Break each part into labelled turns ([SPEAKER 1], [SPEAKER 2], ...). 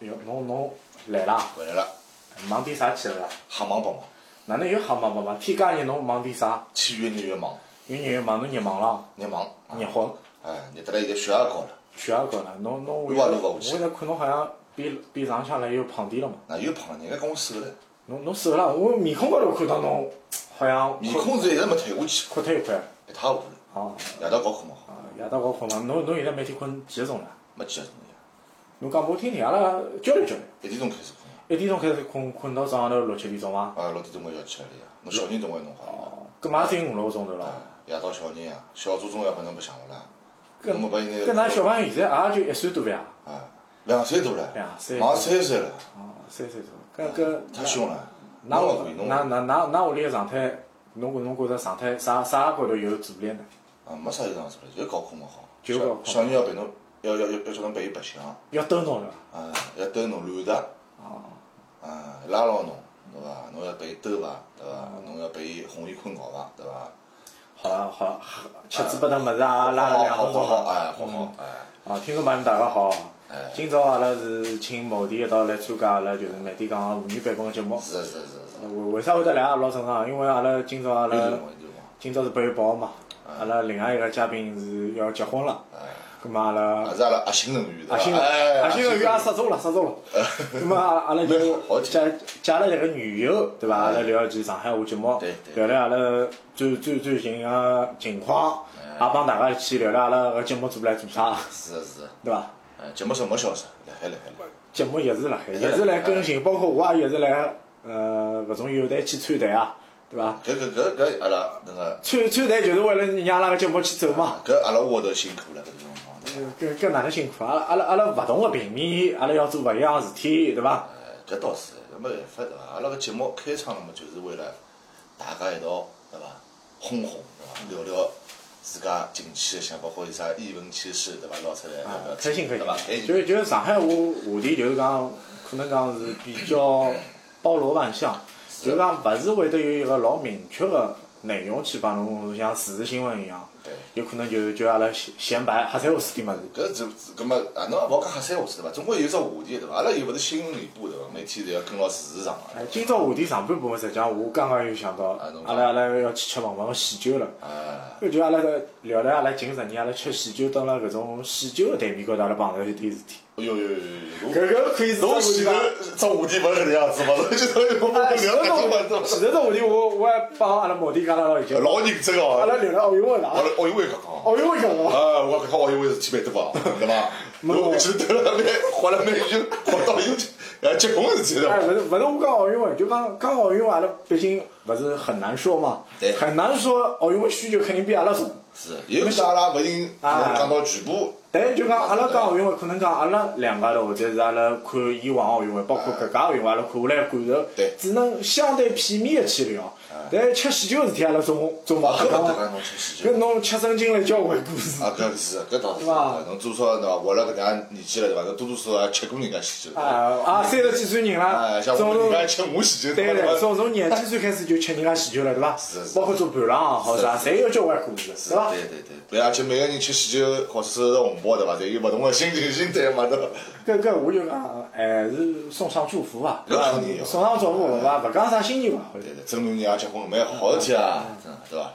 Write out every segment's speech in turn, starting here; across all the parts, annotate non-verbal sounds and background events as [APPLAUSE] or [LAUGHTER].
[SPEAKER 1] 哎哟，侬侬来啦？
[SPEAKER 2] 回来了，
[SPEAKER 1] 忙点啥去了啦？
[SPEAKER 2] 瞎忙帮忙，
[SPEAKER 1] 哪能又瞎忙忙忙？天介热，侬忙点啥？
[SPEAKER 2] 去越热越忙，
[SPEAKER 1] 越热越忙，侬热忙了，
[SPEAKER 2] 热忙，
[SPEAKER 1] 热昏，
[SPEAKER 2] 哎，热得来现在血压高了，
[SPEAKER 1] 血压高了。侬侬我
[SPEAKER 2] 撸啊撸啊
[SPEAKER 1] 我
[SPEAKER 2] 下去
[SPEAKER 1] 现在看侬好像比比上下来又胖点了嘛？
[SPEAKER 2] 那又胖了，人家跟我瘦了，
[SPEAKER 1] 侬侬瘦了，我面孔高头看到侬好像
[SPEAKER 2] 面孔是一直没退下去，
[SPEAKER 1] 垮脱一块。
[SPEAKER 2] 一塌糊涂，
[SPEAKER 1] 哦，
[SPEAKER 2] 夜到搞困勿好，
[SPEAKER 1] 啊夜到搞困了，侬侬现在每天困几个钟了？
[SPEAKER 2] 没几个钟头，
[SPEAKER 1] 侬讲拨我听听，阿拉交流交流。
[SPEAKER 2] 一点钟开始困，
[SPEAKER 1] 一点钟开始困，困到早上头六七点钟伐？
[SPEAKER 2] 啊，六点钟我就要起来了呀，侬小人总归弄好了
[SPEAKER 1] 哦，搿嘛也有五六个钟头
[SPEAKER 2] 呀，
[SPEAKER 1] 了。
[SPEAKER 2] 啊，夜到小人呀，小组总要拨侬白相勿啦，
[SPEAKER 1] 搿
[SPEAKER 2] 侬没拨人家，
[SPEAKER 1] 搿㑚小朋友现在也就一岁多呀，
[SPEAKER 2] 啊，两岁多了，
[SPEAKER 1] 两岁
[SPEAKER 2] 马上三岁了，
[SPEAKER 1] 哦，三岁多。搿搿
[SPEAKER 2] 太凶了，
[SPEAKER 1] 那
[SPEAKER 2] 侬勿
[SPEAKER 1] 我
[SPEAKER 2] 可以，侬勿
[SPEAKER 1] 那那那那屋里个状态，侬觉侬觉着状态啥啥高头有阻力呢？
[SPEAKER 2] 啊，没啥有上子了，就搞困勿好，
[SPEAKER 1] 就搞困
[SPEAKER 2] 小小人要陪侬，要要要要叫侬陪伊白相。
[SPEAKER 1] 要兜侬是伐？
[SPEAKER 2] 啊，要兜侬乱搭，
[SPEAKER 1] 哦
[SPEAKER 2] 啊，拉牢侬，对伐？侬要陪伊兜伐，对伐？侬要陪伊哄伊困觉伐，对伐？
[SPEAKER 1] 好了好了，吃嘴巴的物事也拉了两
[SPEAKER 2] 啊好
[SPEAKER 1] 分
[SPEAKER 2] 好
[SPEAKER 1] 钟
[SPEAKER 2] 好，
[SPEAKER 1] 了。
[SPEAKER 2] 哎，好好哎，
[SPEAKER 1] 啊，听众朋友们大家好
[SPEAKER 2] 哎。
[SPEAKER 1] 今朝阿拉是请某地一道来参加阿拉就是慢点讲妇女版本个节目。
[SPEAKER 2] 是是是是，
[SPEAKER 1] 呃为为啥会得来也老正常，因为阿拉今朝阿
[SPEAKER 2] 有辰
[SPEAKER 1] 拉
[SPEAKER 2] 光有辰光，
[SPEAKER 1] 今朝是八月八号嘛，阿拉另外一个嘉宾是要结婚了，
[SPEAKER 2] 哎，
[SPEAKER 1] 咁嘛阿拉
[SPEAKER 2] 也是阿拉阿星成员，对伐
[SPEAKER 1] 阿星
[SPEAKER 2] 哎
[SPEAKER 1] 阿星个啊月也
[SPEAKER 2] 阿
[SPEAKER 1] 失踪了，失
[SPEAKER 2] [LAUGHS]
[SPEAKER 1] 踪了。那么阿阿拉就
[SPEAKER 2] 好哎
[SPEAKER 1] 借借了这个缘由，对伐？阿拉聊一期上海话节目
[SPEAKER 2] 对，
[SPEAKER 1] 聊
[SPEAKER 2] 对
[SPEAKER 1] 聊阿拉最最最近个情况，
[SPEAKER 2] 哎
[SPEAKER 1] 也帮大家一起聊聊阿拉个节目做来做啥，
[SPEAKER 2] 是是是，
[SPEAKER 1] 对伐？
[SPEAKER 2] 哎，节目上没消失，辣海辣海辣海，
[SPEAKER 1] 节目一直辣
[SPEAKER 2] 哎
[SPEAKER 1] 海，一直来更新，包括我也一直来呃搿种有台去串台啊，对伐？
[SPEAKER 2] 搿搿搿搿阿拉那个，
[SPEAKER 1] 串串台就是为了让阿拉个节目去走嘛。
[SPEAKER 2] 搿阿拉窝头辛苦了，搿辰光，对伐
[SPEAKER 1] 搿搿哪能辛苦啊？阿拉阿拉阿拉勿同个平面，阿拉要做勿一样个事体，对伐？
[SPEAKER 2] 哎，搿倒是，没办法对伐？阿拉个节目开场嘛，就是为了大家一道对伐，哄哄对伐，聊聊自家近期的想法或者啥艺文趋势对伐，捞出来聊聊
[SPEAKER 1] 啊开
[SPEAKER 2] 天，
[SPEAKER 1] 心开
[SPEAKER 2] 对伐？哎开
[SPEAKER 1] 心，
[SPEAKER 2] 心
[SPEAKER 1] 就是就是上海话话题，就是讲可能讲是比较包罗万象，就是讲勿是会得有一个老明确个内容去帮侬像时事新闻一样，
[SPEAKER 2] 对。
[SPEAKER 1] 有可能就是就阿拉闲闲白瞎三胡四点物事。
[SPEAKER 2] 搿就搿么，啊，侬也勿好讲瞎三胡四对伐？总归有只话题对伐？阿拉又勿是新闻联播对伐？每天侪要跟牢时事上
[SPEAKER 1] 哎
[SPEAKER 2] 个，，
[SPEAKER 1] 今朝话题上半部分，实际上我刚刚又想到
[SPEAKER 2] 啊侬，
[SPEAKER 1] 阿
[SPEAKER 2] 讲
[SPEAKER 1] 拉阿拉要去吃王王个喜酒了。
[SPEAKER 2] 啊，
[SPEAKER 1] 就阿拉个聊聊阿拉近十年，阿拉吃喜酒，蹲辣搿种喜酒个台面高头，阿拉碰着一点事体。
[SPEAKER 2] 哎呦呦呦呦呦！
[SPEAKER 1] 搿个可以
[SPEAKER 2] 侬前头只话题勿是搿能样子嘛？侬就头我
[SPEAKER 1] 哎
[SPEAKER 2] 们
[SPEAKER 1] 前头
[SPEAKER 2] 聊搿种
[SPEAKER 1] 这
[SPEAKER 2] 物
[SPEAKER 1] 种
[SPEAKER 2] 事
[SPEAKER 1] 前头这话题，我我还帮阿拉某地讲了已经
[SPEAKER 2] 嘛，，老认真
[SPEAKER 1] 阿
[SPEAKER 2] 哦。
[SPEAKER 1] 拉聊了奥运会
[SPEAKER 2] 我
[SPEAKER 1] 了，啊
[SPEAKER 2] 来奥运会搿讲。哦
[SPEAKER 1] 奥运会讲了，
[SPEAKER 2] 啊，我看奥运会事体蛮多啊，对伐？
[SPEAKER 1] 没
[SPEAKER 2] 我去得了蛮，滑了蛮凶，滑到有呃结婚事体
[SPEAKER 1] 哎，
[SPEAKER 2] 了。
[SPEAKER 1] 勿是勿是我讲奥运会，就讲讲奥运会，阿拉毕竟勿是很难说嘛
[SPEAKER 2] 对，
[SPEAKER 1] 很难说奥运会需求肯定比阿拉重，
[SPEAKER 2] 是，有些阿拉勿一定
[SPEAKER 1] 啊
[SPEAKER 2] 能讲到全部。
[SPEAKER 1] 但哎就讲阿拉讲奥运会，可能讲阿拉两家头或者是阿拉看以往奥运会，包括搿届奥运会，阿拉看下来感受
[SPEAKER 2] 对，
[SPEAKER 1] 只能相对片面的去聊，但吃喜酒的事体阿拉总总勿
[SPEAKER 2] 啊，
[SPEAKER 1] 好
[SPEAKER 2] 搿
[SPEAKER 1] 讲
[SPEAKER 2] 勿得
[SPEAKER 1] 啊
[SPEAKER 2] 讲，侬去死
[SPEAKER 1] 搿侬切身经历交关故事。
[SPEAKER 2] 啊，搿是搿倒
[SPEAKER 1] 对
[SPEAKER 2] 是
[SPEAKER 1] 伐，
[SPEAKER 2] 侬多少对伐？活了搿能介年纪了对伐？搿多多少少也吃过人家喜酒。
[SPEAKER 1] 啊啊，三十几岁人
[SPEAKER 2] 哎，
[SPEAKER 1] 了，
[SPEAKER 2] 像
[SPEAKER 1] 从
[SPEAKER 2] 我人
[SPEAKER 1] 从
[SPEAKER 2] 家吃我喜酒，
[SPEAKER 1] 对
[SPEAKER 2] 对伐
[SPEAKER 1] 对，从从廿几岁开始就吃人家喜酒了，对伐
[SPEAKER 2] 是？是
[SPEAKER 1] 包括做伴郎也啊好
[SPEAKER 2] 是
[SPEAKER 1] 啥，
[SPEAKER 2] 是
[SPEAKER 1] 侪有交关故事，是伐？
[SPEAKER 2] 对对对，对而且每个人吃喜酒或者收到红包对伐？侪有勿同的心情心态嘛，对伐？
[SPEAKER 1] 搿搿我就讲，哎，是送上祝福啊，
[SPEAKER 2] 搿肯定要哦
[SPEAKER 1] 送上祝福勿伐？勿讲啥新年勿好。
[SPEAKER 2] 对对，真女人也结婚蛮好事体啊，真的对伐？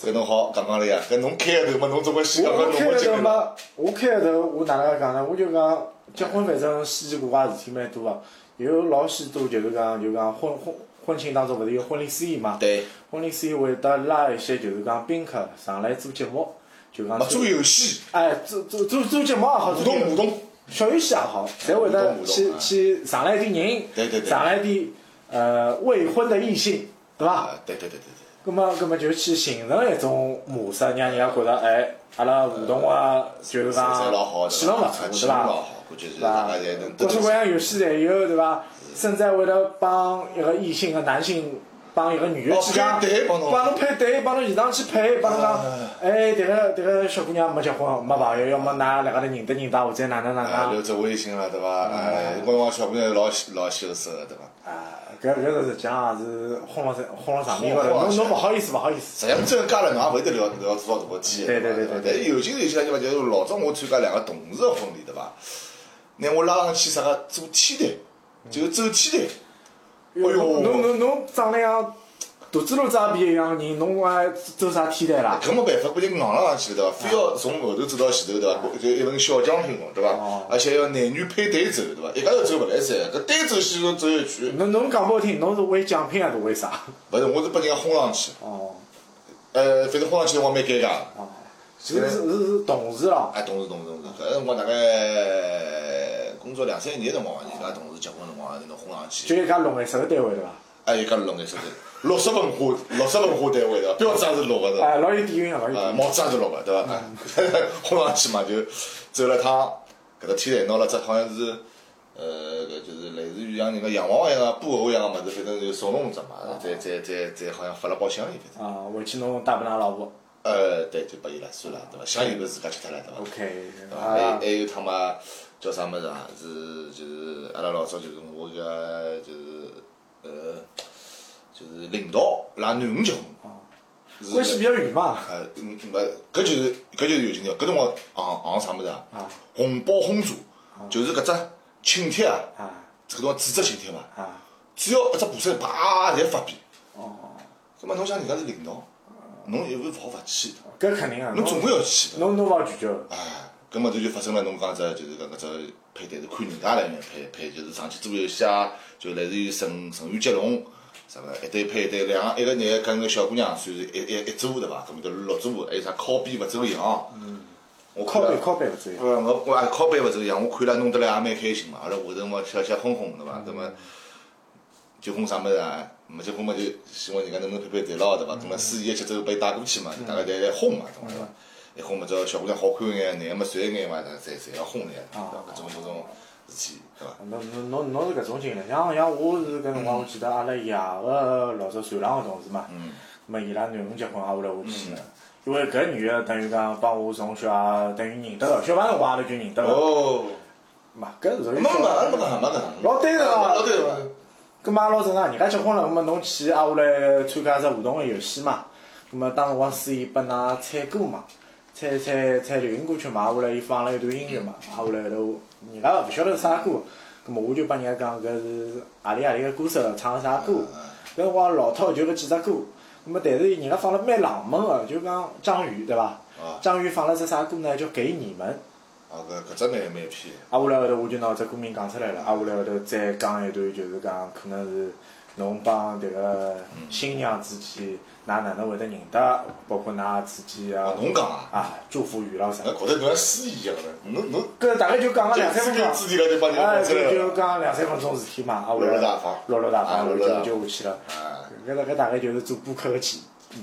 [SPEAKER 2] 搿侬好讲讲了呀，搿侬开个头嘛，侬总归先
[SPEAKER 1] 我我
[SPEAKER 2] 讲讲侬
[SPEAKER 1] 开
[SPEAKER 2] 个
[SPEAKER 1] 个
[SPEAKER 2] 经
[SPEAKER 1] 头
[SPEAKER 2] 历。
[SPEAKER 1] 嘛，我开个头我哪能介讲呢？我就讲结婚，反正稀奇古怪事体蛮多个。有老许多就是讲就讲婚婚婚庆当中勿是有婚礼司仪嘛？
[SPEAKER 2] 对，
[SPEAKER 1] 婚礼司仪会得拉一些就是讲宾客上来做节目，就讲
[SPEAKER 2] 嘛做游戏，
[SPEAKER 1] 哎做做做做节目也好，做
[SPEAKER 2] 互动互动，
[SPEAKER 1] 小游戏也好，侪会
[SPEAKER 2] 互动
[SPEAKER 1] 得
[SPEAKER 2] 互动
[SPEAKER 1] 去
[SPEAKER 2] 哎
[SPEAKER 1] 去上来点人，
[SPEAKER 2] 对对对
[SPEAKER 1] 上来点呃未婚的异性，对伐？
[SPEAKER 2] 啊，对对对对对，
[SPEAKER 1] 咁么，咁么就去形成一种模式，让人家觉得，哎，阿拉互动啊，就是讲
[SPEAKER 2] 侪老好，
[SPEAKER 1] 气
[SPEAKER 2] 对
[SPEAKER 1] 氛
[SPEAKER 2] 吧
[SPEAKER 1] 勿
[SPEAKER 2] 啊
[SPEAKER 1] 错，对
[SPEAKER 2] 气氛
[SPEAKER 1] 伐？
[SPEAKER 2] 老好，估计是
[SPEAKER 1] 对
[SPEAKER 2] 大
[SPEAKER 1] 伐
[SPEAKER 2] 家侪能？
[SPEAKER 1] 各
[SPEAKER 2] 得
[SPEAKER 1] 式各样游戏侪有，对伐？甚至会得帮一个异性个男性。帮一个女的
[SPEAKER 2] 哦
[SPEAKER 1] 去讲，
[SPEAKER 2] 配对帮侬
[SPEAKER 1] 帮侬配对，帮侬现场去配，帮侬讲
[SPEAKER 2] 哎，
[SPEAKER 1] 哎，迭个迭个小姑娘没结婚，没朋友，要么㑚辣搿搭认得认得，或者哪能哪
[SPEAKER 2] 啊，
[SPEAKER 1] 能
[SPEAKER 2] 留着微信了，对伐？哎，辰光小姑娘老老羞涩的，对伐？
[SPEAKER 1] 啊？搿搿个实际上也是轰了轰了场面高头，
[SPEAKER 2] 轰了
[SPEAKER 1] 侬侬
[SPEAKER 2] 场
[SPEAKER 1] 勿好意思，勿好意思。
[SPEAKER 2] 实际上真家了，侬也勿会得聊聊多少大天
[SPEAKER 1] 对对对
[SPEAKER 2] 对
[SPEAKER 1] 对
[SPEAKER 2] 伐但
[SPEAKER 1] 对
[SPEAKER 2] 是有些有些地方就是老早我参加两个同事的婚礼，对伐？拿我拉上去啥个做天台，就是走天台。哎
[SPEAKER 1] 哎
[SPEAKER 2] 哟，
[SPEAKER 1] 侬侬侬长得像肚子路子也比一样人，侬还走啥天台啦？
[SPEAKER 2] 搿没办法，估计硬了上去了，对伐？非要从后头走到前头，对伐？就一份小奖品，对伐
[SPEAKER 1] 哦？
[SPEAKER 2] 而且要男女配对走，对伐？一家头走勿来三，搿单走先走一圈，
[SPEAKER 1] 侬侬讲拨我听，侬是为奖品还是为啥？
[SPEAKER 2] 勿是，我是拨人家轰上去， [LAUGHS]
[SPEAKER 1] 哦，
[SPEAKER 2] 呃，反正轰上去辰光蛮尴尬。
[SPEAKER 1] 是是是是同事咯。
[SPEAKER 2] 哎，同事同事同事，搿辰光大概工作两三年的辰光吧，人家同事结婚辰光，侬轰上去
[SPEAKER 1] 就，一家绿颜色个单位对伐？
[SPEAKER 2] 哎，伊讲绿颜色的，绿色文化，绿色文化单位的，标志也是绿个对伐？
[SPEAKER 1] 哎，老有底蕴个，老有底
[SPEAKER 2] 啊，
[SPEAKER 1] 蕴。
[SPEAKER 2] 帽子也是绿个对 [LAUGHS] 伐？哎轰上去嘛，就走了趟搿个天台，拿了只好像是。呃，搿就是类似于像人家洋房一样个布偶一样个物事，反正就送弄只嘛，再再再再好像发了包香烟，反正，
[SPEAKER 1] 啊，回去侬带拨㑚老婆。
[SPEAKER 2] 呃，对，就拨伊拉算了，对伐？香烟勿是自家吃脱了，对伐？
[SPEAKER 1] OK。
[SPEAKER 2] 还
[SPEAKER 1] 哦啊
[SPEAKER 2] 还，有他妈叫啥么子啊？是就是阿拉老早就是我个就是呃就是领导拉南五结婚，
[SPEAKER 1] 关系比较远嘛。
[SPEAKER 2] 呃嗯嗯勿搿就是搿就是有情调，搿辰光行行啥么子啊
[SPEAKER 1] 啊？
[SPEAKER 2] 红包轰炸，就是搿只请帖啊，
[SPEAKER 1] 啊
[SPEAKER 2] 搿辰光纸质请帖嘛，
[SPEAKER 1] 啊
[SPEAKER 2] 只要一只布衫啪侪发遍。
[SPEAKER 1] 哦，
[SPEAKER 2] 葛末侬想人家是领导，侬又勿好勿去，
[SPEAKER 1] 搿肯定个。
[SPEAKER 2] 侬总归要去的。
[SPEAKER 1] 侬侬勿好拒绝个。
[SPEAKER 2] 哎，搿么头就发生了，侬讲只就是搿搿只配对是看人家来面配配，就是上去做游戏啊，就类似于成成语接龙，啥物事一对配一对，两个一个男的跟个小姑娘算是一一一组对伐？搿么就六组，还有啥靠边勿走样。嗯，我看
[SPEAKER 1] 靠
[SPEAKER 2] 了
[SPEAKER 1] 背靠背勿注意。
[SPEAKER 2] 不，我我也靠背勿走样，我看了弄得来也蛮开心嘛。阿拉下头我吃吃轰轰对伐？那么结婚啥物事啊？没结婚嘛就希望人家能能配配对牢对伐？那么司仪个节奏被带过去嘛，大家侪来轰嘛，懂伐？一轰嘛，只要小姑娘好看一眼，男个嘛帅一眼嘛，侪侪要轰一眼，对伐？搿种搿种事体对伐？
[SPEAKER 1] 侬侬侬侬是搿种经历，像像我是搿
[SPEAKER 2] 嗯
[SPEAKER 1] 辰光，我记得阿拉爷个老早船浪个同事嘛，咁么伊拉囡恩结婚也下来我去了，
[SPEAKER 2] 嗯
[SPEAKER 1] 因为搿女个等于讲帮我从小也等于认得个，小朋友辰光阿拉就认得个，
[SPEAKER 2] 哦，
[SPEAKER 1] 嘛搿是属
[SPEAKER 2] 没
[SPEAKER 1] 于
[SPEAKER 2] 没
[SPEAKER 1] 小
[SPEAKER 2] 没没讲没讲，
[SPEAKER 1] 老对头啊
[SPEAKER 2] 老对头啊。
[SPEAKER 1] 咁嘛老正常，人家结婚了，咁么侬去也下来参加只互动个游戏嘛，咁么当辰光司仪拨㑚猜歌啊嘛，猜猜猜流行歌曲嘛，下来伊放了一段音乐嘛，啊下来后头人家勿晓得是啥歌，咁么我就帮人家讲搿是何里何里个歌手唱个啥歌，搿辰光老套就搿几只歌，咁么但是人家放了蛮冷门个，就讲张宇对伐
[SPEAKER 2] 啊？
[SPEAKER 1] 张宇放了只啥歌呢？叫《给你们》。
[SPEAKER 2] 哦，搿搿只蛮蛮偏。
[SPEAKER 1] 啊，下来后头我就拿只歌名讲出来了，啊，下来后头再讲一段，就是讲可能是侬帮迭个
[SPEAKER 2] 嗯
[SPEAKER 1] 新娘之间，㑚哪能会得认得，包括㑚之间
[SPEAKER 2] 啊
[SPEAKER 1] 啊，
[SPEAKER 2] 侬讲啊，
[SPEAKER 1] 啊，祝福语咾啥
[SPEAKER 2] 那，觉着侬要司仪一样的，侬侬
[SPEAKER 1] 搿大概就讲个
[SPEAKER 2] 就
[SPEAKER 1] 两三
[SPEAKER 2] 自
[SPEAKER 1] 分
[SPEAKER 2] 己
[SPEAKER 1] 钟。
[SPEAKER 2] 自己来就帮人家
[SPEAKER 1] 哎，
[SPEAKER 2] 弄出来
[SPEAKER 1] 就
[SPEAKER 2] 了
[SPEAKER 1] 就。讲两三分钟事体嘛，啊，
[SPEAKER 2] 落落大方
[SPEAKER 1] 落落大
[SPEAKER 2] 啊
[SPEAKER 1] 方，
[SPEAKER 2] 落
[SPEAKER 1] 我
[SPEAKER 2] 落大
[SPEAKER 1] 就
[SPEAKER 2] 方
[SPEAKER 1] 就下去了。
[SPEAKER 2] 啊
[SPEAKER 1] 搿大搿大概就是做播客个前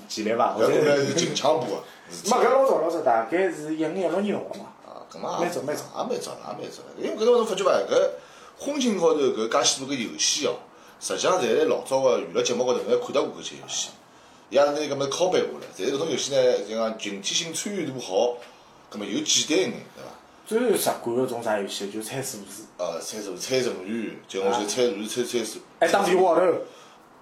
[SPEAKER 1] 前来吧，或
[SPEAKER 2] 搿
[SPEAKER 1] 者
[SPEAKER 2] 可能
[SPEAKER 1] 没
[SPEAKER 2] 是近腔部啊，是
[SPEAKER 1] 搿老早老早，大概是一五一六年辰光嘛。
[SPEAKER 2] 啊，搿嘛也
[SPEAKER 1] 蛮早蛮早
[SPEAKER 2] 也蛮早了，也蛮早了。因为搿辰光侬发觉伐，搿婚庆高头搿介许多搿游戏哦，实际上侪在老早个娱乐节目高头，侬也看到过搿些游戏，伊也是拿搿么拷贝下来。但是搿种游戏呢，就讲群体性参与度好，搿么又简单一眼，对伐？
[SPEAKER 1] 最有直观个种啥游戏，就猜数字，
[SPEAKER 2] 呃，猜成猜成语，就我就猜成语猜猜数。
[SPEAKER 1] 还打电话号头。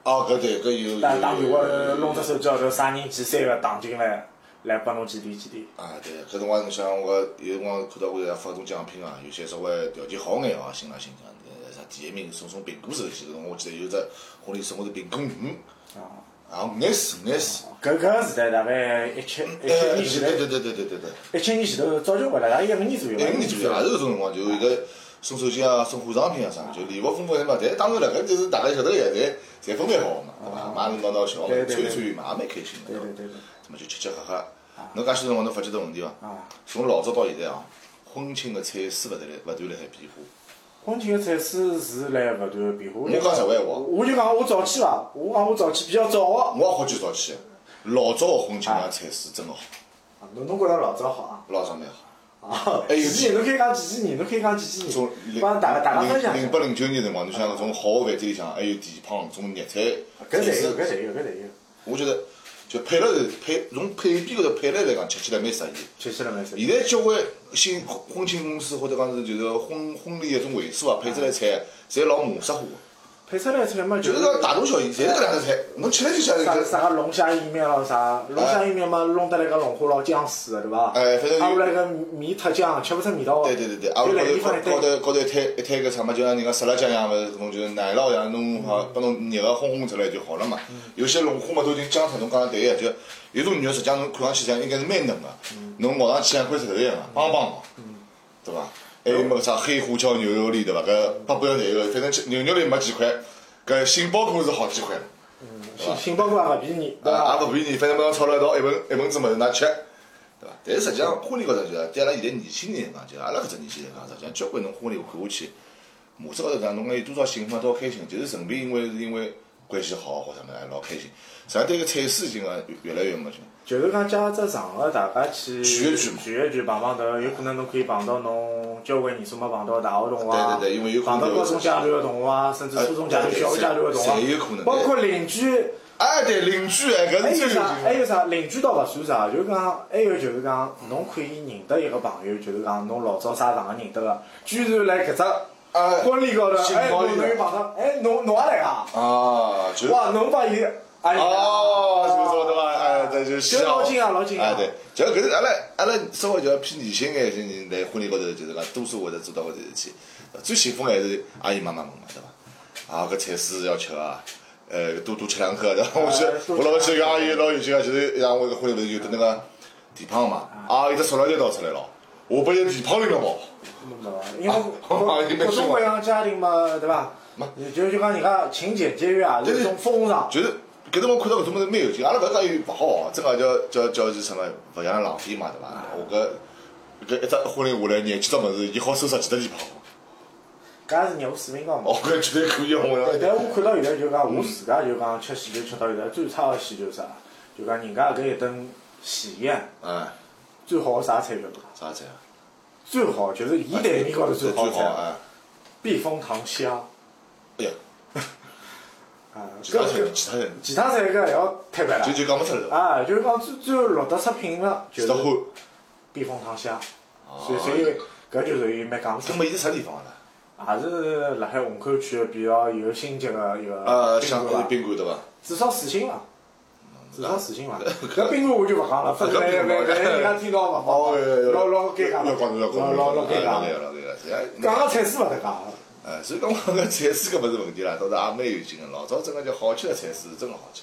[SPEAKER 2] 啊，搿对搿有有
[SPEAKER 1] 打打电话
[SPEAKER 2] 有，
[SPEAKER 1] 弄只手机号头，啥人几三个打进来，来帮侬几点几点。
[SPEAKER 2] 啊，对，搿辰光侬想我有辰光看到过人家发种奖品啊，有些稍微条件好眼哦，新郎新娘呃啥第一名送送苹果手机，搿辰光我记得有只婚礼送我是苹果五，
[SPEAKER 1] 啊，
[SPEAKER 2] 啊五眼四五眼四，
[SPEAKER 1] 搿搿个时代大概一七一七
[SPEAKER 2] 对
[SPEAKER 1] 年
[SPEAKER 2] 对
[SPEAKER 1] 前
[SPEAKER 2] 对对对对对对，
[SPEAKER 1] 头，一七年前头早就回来，大概一五年左右吧。
[SPEAKER 2] 啊一五年左右也是搿种辰光，就一个送手巾啊，送化妆品啊啥，就礼物分配嘛。但是当然了，搿就是大家晓得现在侪分配好个嘛，对伐？买侬拿到小号
[SPEAKER 1] 哦对对
[SPEAKER 2] 穿一
[SPEAKER 1] 对
[SPEAKER 2] 穿嘛，也蛮开心个，
[SPEAKER 1] 对
[SPEAKER 2] 伐
[SPEAKER 1] 对？对对，
[SPEAKER 2] 那么就吃吃喝喝。侬介许多辰光侬发觉到问题伐？
[SPEAKER 1] 啊，
[SPEAKER 2] 从老早到现在啊，婚庆个菜式勿断辣勿断辣海变化。
[SPEAKER 1] 婚庆个菜式是来勿断变化。我
[SPEAKER 2] 侬讲实话闲话
[SPEAKER 1] 我就讲我早起伐，我讲我早起比较早啊个。
[SPEAKER 2] 我也好久早起，老早个婚庆个菜式真个好，
[SPEAKER 1] 啊侬侬觉着老早好 [LAUGHS] 啊？
[SPEAKER 2] 老早蛮好。
[SPEAKER 1] 啊，
[SPEAKER 2] 哎有
[SPEAKER 1] 几几年侬可以讲几几年，侬可以讲几几
[SPEAKER 2] 从
[SPEAKER 1] 年，
[SPEAKER 2] 零
[SPEAKER 1] 帮大家大家分享
[SPEAKER 2] 零
[SPEAKER 1] 一下
[SPEAKER 2] 零。八零九年辰光，侬想从好个饭店里向还有地胖，从热菜，
[SPEAKER 1] 搿
[SPEAKER 2] 菜
[SPEAKER 1] 侪有，
[SPEAKER 2] 式
[SPEAKER 1] 搿侪有，搿侪有，
[SPEAKER 2] 我觉得就配了配从配比高头配了来讲，吃起来蛮适意。
[SPEAKER 1] 确实了蛮
[SPEAKER 2] 现在交关新婚庆公司或者讲是就是婚婚礼一种会所啊，配出来菜侪老模式化的，
[SPEAKER 1] 配出来出来嘛，
[SPEAKER 2] 就是讲大同小异，侪是搿两只菜，侬吃来就吃来
[SPEAKER 1] 啥
[SPEAKER 2] 搿
[SPEAKER 1] 啥个龙虾意面咯，啥龙虾意面嘛，弄得来个龙虾老僵尸的，对伐？
[SPEAKER 2] 哎反正
[SPEAKER 1] 挨下来个米太僵，吃勿出味道的。
[SPEAKER 2] 对对对对，啊，我
[SPEAKER 1] 就
[SPEAKER 2] 高
[SPEAKER 1] 来地
[SPEAKER 2] 头
[SPEAKER 1] 方一
[SPEAKER 2] 高
[SPEAKER 1] 堆。
[SPEAKER 2] 头高头一摊一摊个啥么，就像人家沙拉酱一样么，侬就是奶酪一样，侬好把侬热个烘烘出来就好了嘛。有些龙虾嘛都已经僵出，侬讲得对个，就有种肉实际上侬看上去像应该是蛮嫩个，侬咬上去像块石头一样个，邦邦个，对伐？还有么啥黑胡椒牛肉粒对伐？搿八百侪有，反正吃牛肉粒没几块，搿杏鲍菇是好几块了。
[SPEAKER 1] 杏杏鲍菇也勿便宜，对
[SPEAKER 2] 啊，
[SPEAKER 1] 伐？
[SPEAKER 2] 也勿便宜，反正帮侬炒了一道一盆一盆子物事，㑚吃，对伐？但是实际上婚礼高头就是，对阿拉现在年轻人来讲，就阿拉搿只年纪来讲，实际上交关侬婚礼看下去，模式高头讲侬讲有多少兴奋，多少开心，就是纯粹因为是因为关系好或者么样老开心。实际上对个菜式已经啊越来越没劲。
[SPEAKER 1] 就是讲借只场合，大家去
[SPEAKER 2] 聚一聚嘛
[SPEAKER 1] 聚一聚，碰碰头，有可能侬可以碰到侬交关年数没碰到的大学同学啊，
[SPEAKER 2] 对对对因为有可
[SPEAKER 1] 碰
[SPEAKER 2] 能
[SPEAKER 1] 到高中阶段的同学啊，甚至初中阶段、
[SPEAKER 2] 哎对对
[SPEAKER 1] 小学阶段的同学啊，
[SPEAKER 2] 侪有可能
[SPEAKER 1] 包括邻居。
[SPEAKER 2] 哎，对，邻居哎，搿
[SPEAKER 1] 还
[SPEAKER 2] 是
[SPEAKER 1] 有
[SPEAKER 2] 最
[SPEAKER 1] 啥？还
[SPEAKER 2] 有劲。
[SPEAKER 1] 有啥？邻居倒勿算啥，就是讲，还有就是讲，侬可以认得一个朋友，就是讲侬老早啥场合认得个，居然来搿只
[SPEAKER 2] 哎，
[SPEAKER 1] 婚礼高头，
[SPEAKER 2] 新
[SPEAKER 1] 哎，
[SPEAKER 2] 高
[SPEAKER 1] 侬
[SPEAKER 2] 头
[SPEAKER 1] 侬又碰到，哎，侬侬也来啊？
[SPEAKER 2] 啊，就是。
[SPEAKER 1] 哇，侬把伊，哎呀，
[SPEAKER 2] 哦，是不是对伐？哎，这就是
[SPEAKER 1] 就老近啊，老近啊，
[SPEAKER 2] 哎，对，就搿是阿拉阿拉稍微就要偏年轻眼些人来婚礼高头，就是讲多数会得做到搿件事体。最幸福还是阿姨妈妈们嘛，对伐？啊，搿菜式要吃啊，呃，多多吃两口。
[SPEAKER 1] 哎
[SPEAKER 2] 然后我去，我老早去一个阿姨老有劲啊，就是让我搿婚礼勿是有得那个地胖嘛，啊，有只塑料袋倒出来了，我把伊地胖拎了跑。
[SPEAKER 1] 对伐？
[SPEAKER 2] [LAUGHS]
[SPEAKER 1] 因为
[SPEAKER 2] 啊你没
[SPEAKER 1] 各
[SPEAKER 2] 说
[SPEAKER 1] 种各样家庭嘛，对伐？就就讲人家勤俭节约啊，是一种风尚。
[SPEAKER 2] 就是搿辰光看到搿种物事蛮有劲，阿拉勿是讲有勿好，真个叫叫叫是什么，勿像浪费嘛，对伐？我搿搿一只婚礼下来，廿几只物事，伊好收拾几只地方，
[SPEAKER 1] 搿是业务水平高嘛
[SPEAKER 2] 我。觉着绝对可以红
[SPEAKER 1] 对，
[SPEAKER 2] 了。
[SPEAKER 1] 但我看到现在就讲，我自家就讲吃喜酒吃到现在最差的喜就是啥，就讲人家搿一顿喜宴
[SPEAKER 2] 哎，
[SPEAKER 1] 最好的啥菜晓得伐？
[SPEAKER 2] 啥菜啊？
[SPEAKER 1] 最好就是伊台面高头最
[SPEAKER 2] 最
[SPEAKER 1] 好
[SPEAKER 2] 好
[SPEAKER 1] 的菜，
[SPEAKER 2] 哎，
[SPEAKER 1] 避风塘虾
[SPEAKER 2] 哎呀，
[SPEAKER 1] 啊，
[SPEAKER 2] 其他菜
[SPEAKER 1] 搿
[SPEAKER 2] 其他菜
[SPEAKER 1] 其他菜搿还要摊白
[SPEAKER 2] 就
[SPEAKER 1] 了
[SPEAKER 2] 就讲勿出来了，
[SPEAKER 1] 啊，就是讲最最后落得出品了，就
[SPEAKER 2] 其他
[SPEAKER 1] 是
[SPEAKER 2] 花。
[SPEAKER 1] 避风塘虾，所以
[SPEAKER 2] 哦
[SPEAKER 1] 所以搿就属于蛮讲究
[SPEAKER 2] 搿，么伊是啥地方啊？
[SPEAKER 1] 也是辣海虹口区比较有星级个一个
[SPEAKER 2] 呃，
[SPEAKER 1] 啊宾
[SPEAKER 2] 香
[SPEAKER 1] 馆吧
[SPEAKER 2] 宾馆对伐？
[SPEAKER 1] 至少四星伐？至少四星伐？搿
[SPEAKER 2] 搿
[SPEAKER 1] 宾馆我就勿讲了，反正
[SPEAKER 2] 搿
[SPEAKER 1] 来
[SPEAKER 2] 宾
[SPEAKER 1] 来
[SPEAKER 2] 馆
[SPEAKER 1] 来人家听到勿好，老老尴尬，
[SPEAKER 2] 要讲要
[SPEAKER 1] 老
[SPEAKER 2] 讲
[SPEAKER 1] 老老尴尬，
[SPEAKER 2] 老老尴
[SPEAKER 1] 讲啊个菜式勿搭界。
[SPEAKER 2] 哎，所以讲我搿菜式搿勿是问题啦，倒是也蛮有劲个。老早真个就好吃个菜式是真个好吃。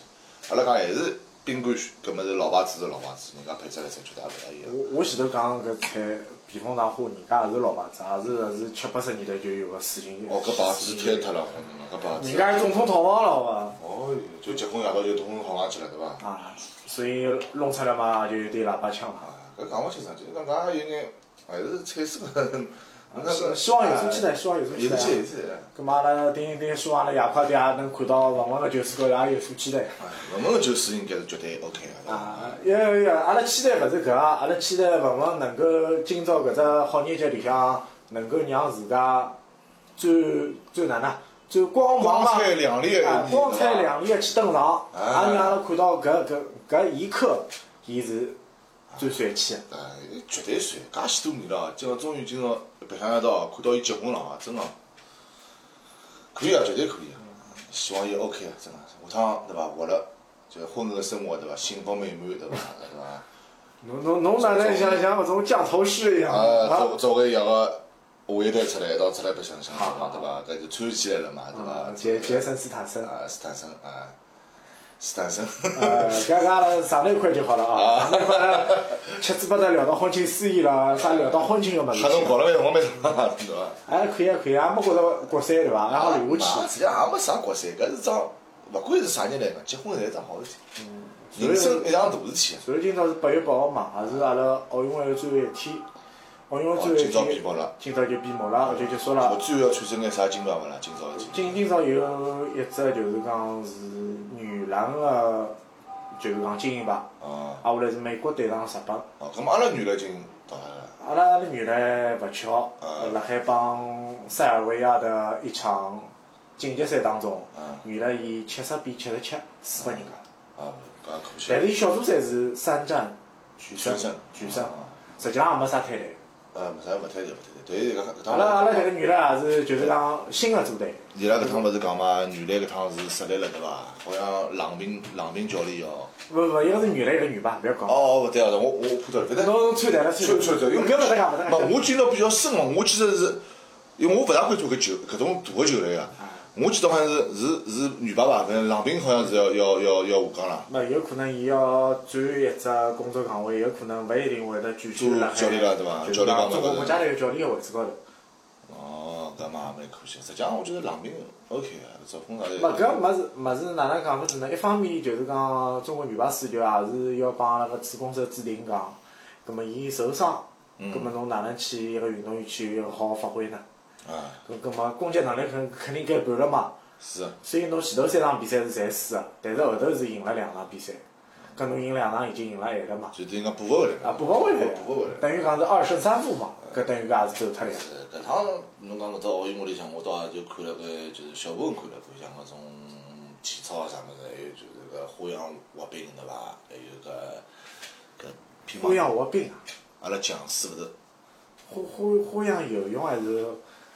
[SPEAKER 2] 阿拉讲还是宾馆选搿么是老牌子是老牌子，人家配出来菜绝对也勿大一样。
[SPEAKER 1] 我我前头讲搿菜避风塘花，人家也是老牌子，也是是七八十年代就有个四星。
[SPEAKER 2] 哦，搿牌子推脱了，搿牌子。
[SPEAKER 1] 人家还总统套房了好伐？
[SPEAKER 2] 哦，就结婚夜到就统统好上去了，对伐？
[SPEAKER 1] 啊，所以弄出来嘛就有点喇叭腔啊了。
[SPEAKER 2] 啊搿讲勿清爽，就是讲搿也有眼还是菜式
[SPEAKER 1] 啊
[SPEAKER 2] 搿。
[SPEAKER 1] 希希望有所期待，希望有所期
[SPEAKER 2] 哎有
[SPEAKER 1] 待
[SPEAKER 2] 出
[SPEAKER 1] 啊。
[SPEAKER 2] 去，有出去。
[SPEAKER 1] 咁嘛，阿拉顶顶希望阿拉夜快点也能看到文文个球赛高头也有所期待。
[SPEAKER 2] 哎，我们就是应该是绝对 OK 个。
[SPEAKER 1] 啊，有有有，阿拉期待勿是搿啊，阿拉期待文文能够今朝搿只好日节里向能够让自家最最哪能啊最光芒
[SPEAKER 2] 光
[SPEAKER 1] 啊，
[SPEAKER 2] 彩亮丽个一
[SPEAKER 1] 啊
[SPEAKER 2] 面，
[SPEAKER 1] 光彩
[SPEAKER 2] 对伐
[SPEAKER 1] 亮丽个去登场，也
[SPEAKER 2] 哎
[SPEAKER 1] 让阿拉看到搿搿搿一刻，伊是最帅气的。
[SPEAKER 2] 哎，绝对帅，介许多年了，今朝终于今朝白相一道，看到伊结婚了啊，真个，可以啊，绝对可以啊，希望伊 OK 啊，真个，下趟对伐，活了就是婚后的生活对伐，幸福美满对伐，对伐，
[SPEAKER 1] 侬侬侬哪能像像搿种降头师一样
[SPEAKER 2] 啊，
[SPEAKER 1] 啊？
[SPEAKER 2] 作作为一个下一代出来，一道出来白相相
[SPEAKER 1] 嗯
[SPEAKER 2] 对伐，对伐，搿就串起来了嘛，对伐，
[SPEAKER 1] 杰杰森斯坦森，
[SPEAKER 2] 啊，斯坦森啊，斯坦森，
[SPEAKER 1] 呃，搿个阿拉上头一块就好了啊，那块呢七嘴八舌聊到婚庆司仪了，啥聊到婚庆个物事
[SPEAKER 2] [LAUGHS] 哈侬
[SPEAKER 1] 体，
[SPEAKER 2] 搞了没？我没上，对伐？
[SPEAKER 1] 哎，可以啊，可以啊，没觉着国三对伐？然后留下
[SPEAKER 2] 嘛
[SPEAKER 1] 去，
[SPEAKER 2] 实际上也没啥国三，搿是桩勿管是啥年代嘛，结婚侪是桩好事体，人生一桩大事体啊。
[SPEAKER 1] 所以今朝是八月八号嘛，也是阿拉奥运会的最后一天，奥运会
[SPEAKER 2] 哦，
[SPEAKER 1] 最
[SPEAKER 2] 今朝
[SPEAKER 1] 后一
[SPEAKER 2] 闭幕
[SPEAKER 1] 天，
[SPEAKER 2] 了，嗯
[SPEAKER 1] 今朝就闭幕了，就结束
[SPEAKER 2] 我
[SPEAKER 1] 了。
[SPEAKER 2] 最后要穿成眼啥金装勿啦？今朝今
[SPEAKER 1] 今今朝有一只就是讲是女篮个，就是讲金银牌，
[SPEAKER 2] 哦
[SPEAKER 1] 啊，后来是美国对上日本。
[SPEAKER 2] 哦，咁阿拉女了已经到哪了？
[SPEAKER 1] 阿拉的女篮勿巧，
[SPEAKER 2] 嗯
[SPEAKER 1] 辣海帮塞尔维亚的一场晋级赛当中
[SPEAKER 2] 嗯，
[SPEAKER 1] 女篮以七十比七十七输拨人家。
[SPEAKER 2] 啊，搿也可惜。
[SPEAKER 1] 但是伊小组赛是三战取胜
[SPEAKER 2] 取胜，
[SPEAKER 1] 取胜
[SPEAKER 2] 嗯，
[SPEAKER 1] 实际上也没啥太难。
[SPEAKER 2] 呃，没啥勿推荐勿推荐，但是搿搿
[SPEAKER 1] 阿拉阿
[SPEAKER 2] 趟
[SPEAKER 1] 拉迭个女篮也是就是讲新的组队，
[SPEAKER 2] 伊拉搿趟勿是讲嘛，女篮搿趟是实力了对伐？好像郎平郎平教练哦，
[SPEAKER 1] 勿勿一个是女篮一个女排，勿要讲。
[SPEAKER 2] 哦勿对啊，我我看到了，反正
[SPEAKER 1] 侬穿台了穿
[SPEAKER 2] 穿穿穿，因为
[SPEAKER 1] 搿勿搭讲勿搭
[SPEAKER 2] 勿
[SPEAKER 1] 讲。
[SPEAKER 2] 我记得比较深哦，我记得是，因为我勿大关注搿球搿种大个球类啊，我记得好像是是是女排吧，反正郎平好像是要要要要下岗了，
[SPEAKER 1] 没有可能，伊要转一只工作岗位，有可能勿一定会得继续
[SPEAKER 2] 做
[SPEAKER 1] 辣海。
[SPEAKER 2] 教练了对伐
[SPEAKER 1] 就是
[SPEAKER 2] 教
[SPEAKER 1] 讲
[SPEAKER 2] 练岗
[SPEAKER 1] 中
[SPEAKER 2] 位
[SPEAKER 1] 国
[SPEAKER 2] 勿
[SPEAKER 1] 国
[SPEAKER 2] 是
[SPEAKER 1] 家队教练个位置高头。
[SPEAKER 2] 哦，搿嘛也蛮可惜。实际上我觉得郎平 OK 啊，赵峰啥
[SPEAKER 1] 勿搿物事物事哪能讲法子呢？一方面就是讲中国女排水球也是要帮阿拉个子公司指定讲，葛末伊受伤，
[SPEAKER 2] 嗯
[SPEAKER 1] 葛末侬哪能去一个运动员去好好发挥呢？
[SPEAKER 2] 啊
[SPEAKER 1] 搿葛末攻击能力肯肯定减半了嘛。
[SPEAKER 2] 是啊，
[SPEAKER 1] 所以侬前头三场比赛是侪输个，但是后头是赢了两场比赛，搿侬赢两场已经赢了一个嘛，
[SPEAKER 2] 就等于讲补勿回来了
[SPEAKER 1] 啊补勿回来了
[SPEAKER 2] 补勿回来了。
[SPEAKER 1] 等于讲是二胜三负嘛，搿等于讲也是走脱了呀。
[SPEAKER 2] 呃搿趟侬讲搿只奥运会里向，我倒也就看了个，就是小部分看了看，像搿种体操啊啥物事，还有就是搿花样滑冰对伐？还有搿搿乒
[SPEAKER 1] 花
[SPEAKER 2] 乓。
[SPEAKER 1] 样滑冰啊，
[SPEAKER 2] 阿拉讲师勿是，
[SPEAKER 1] 花花花样游泳还是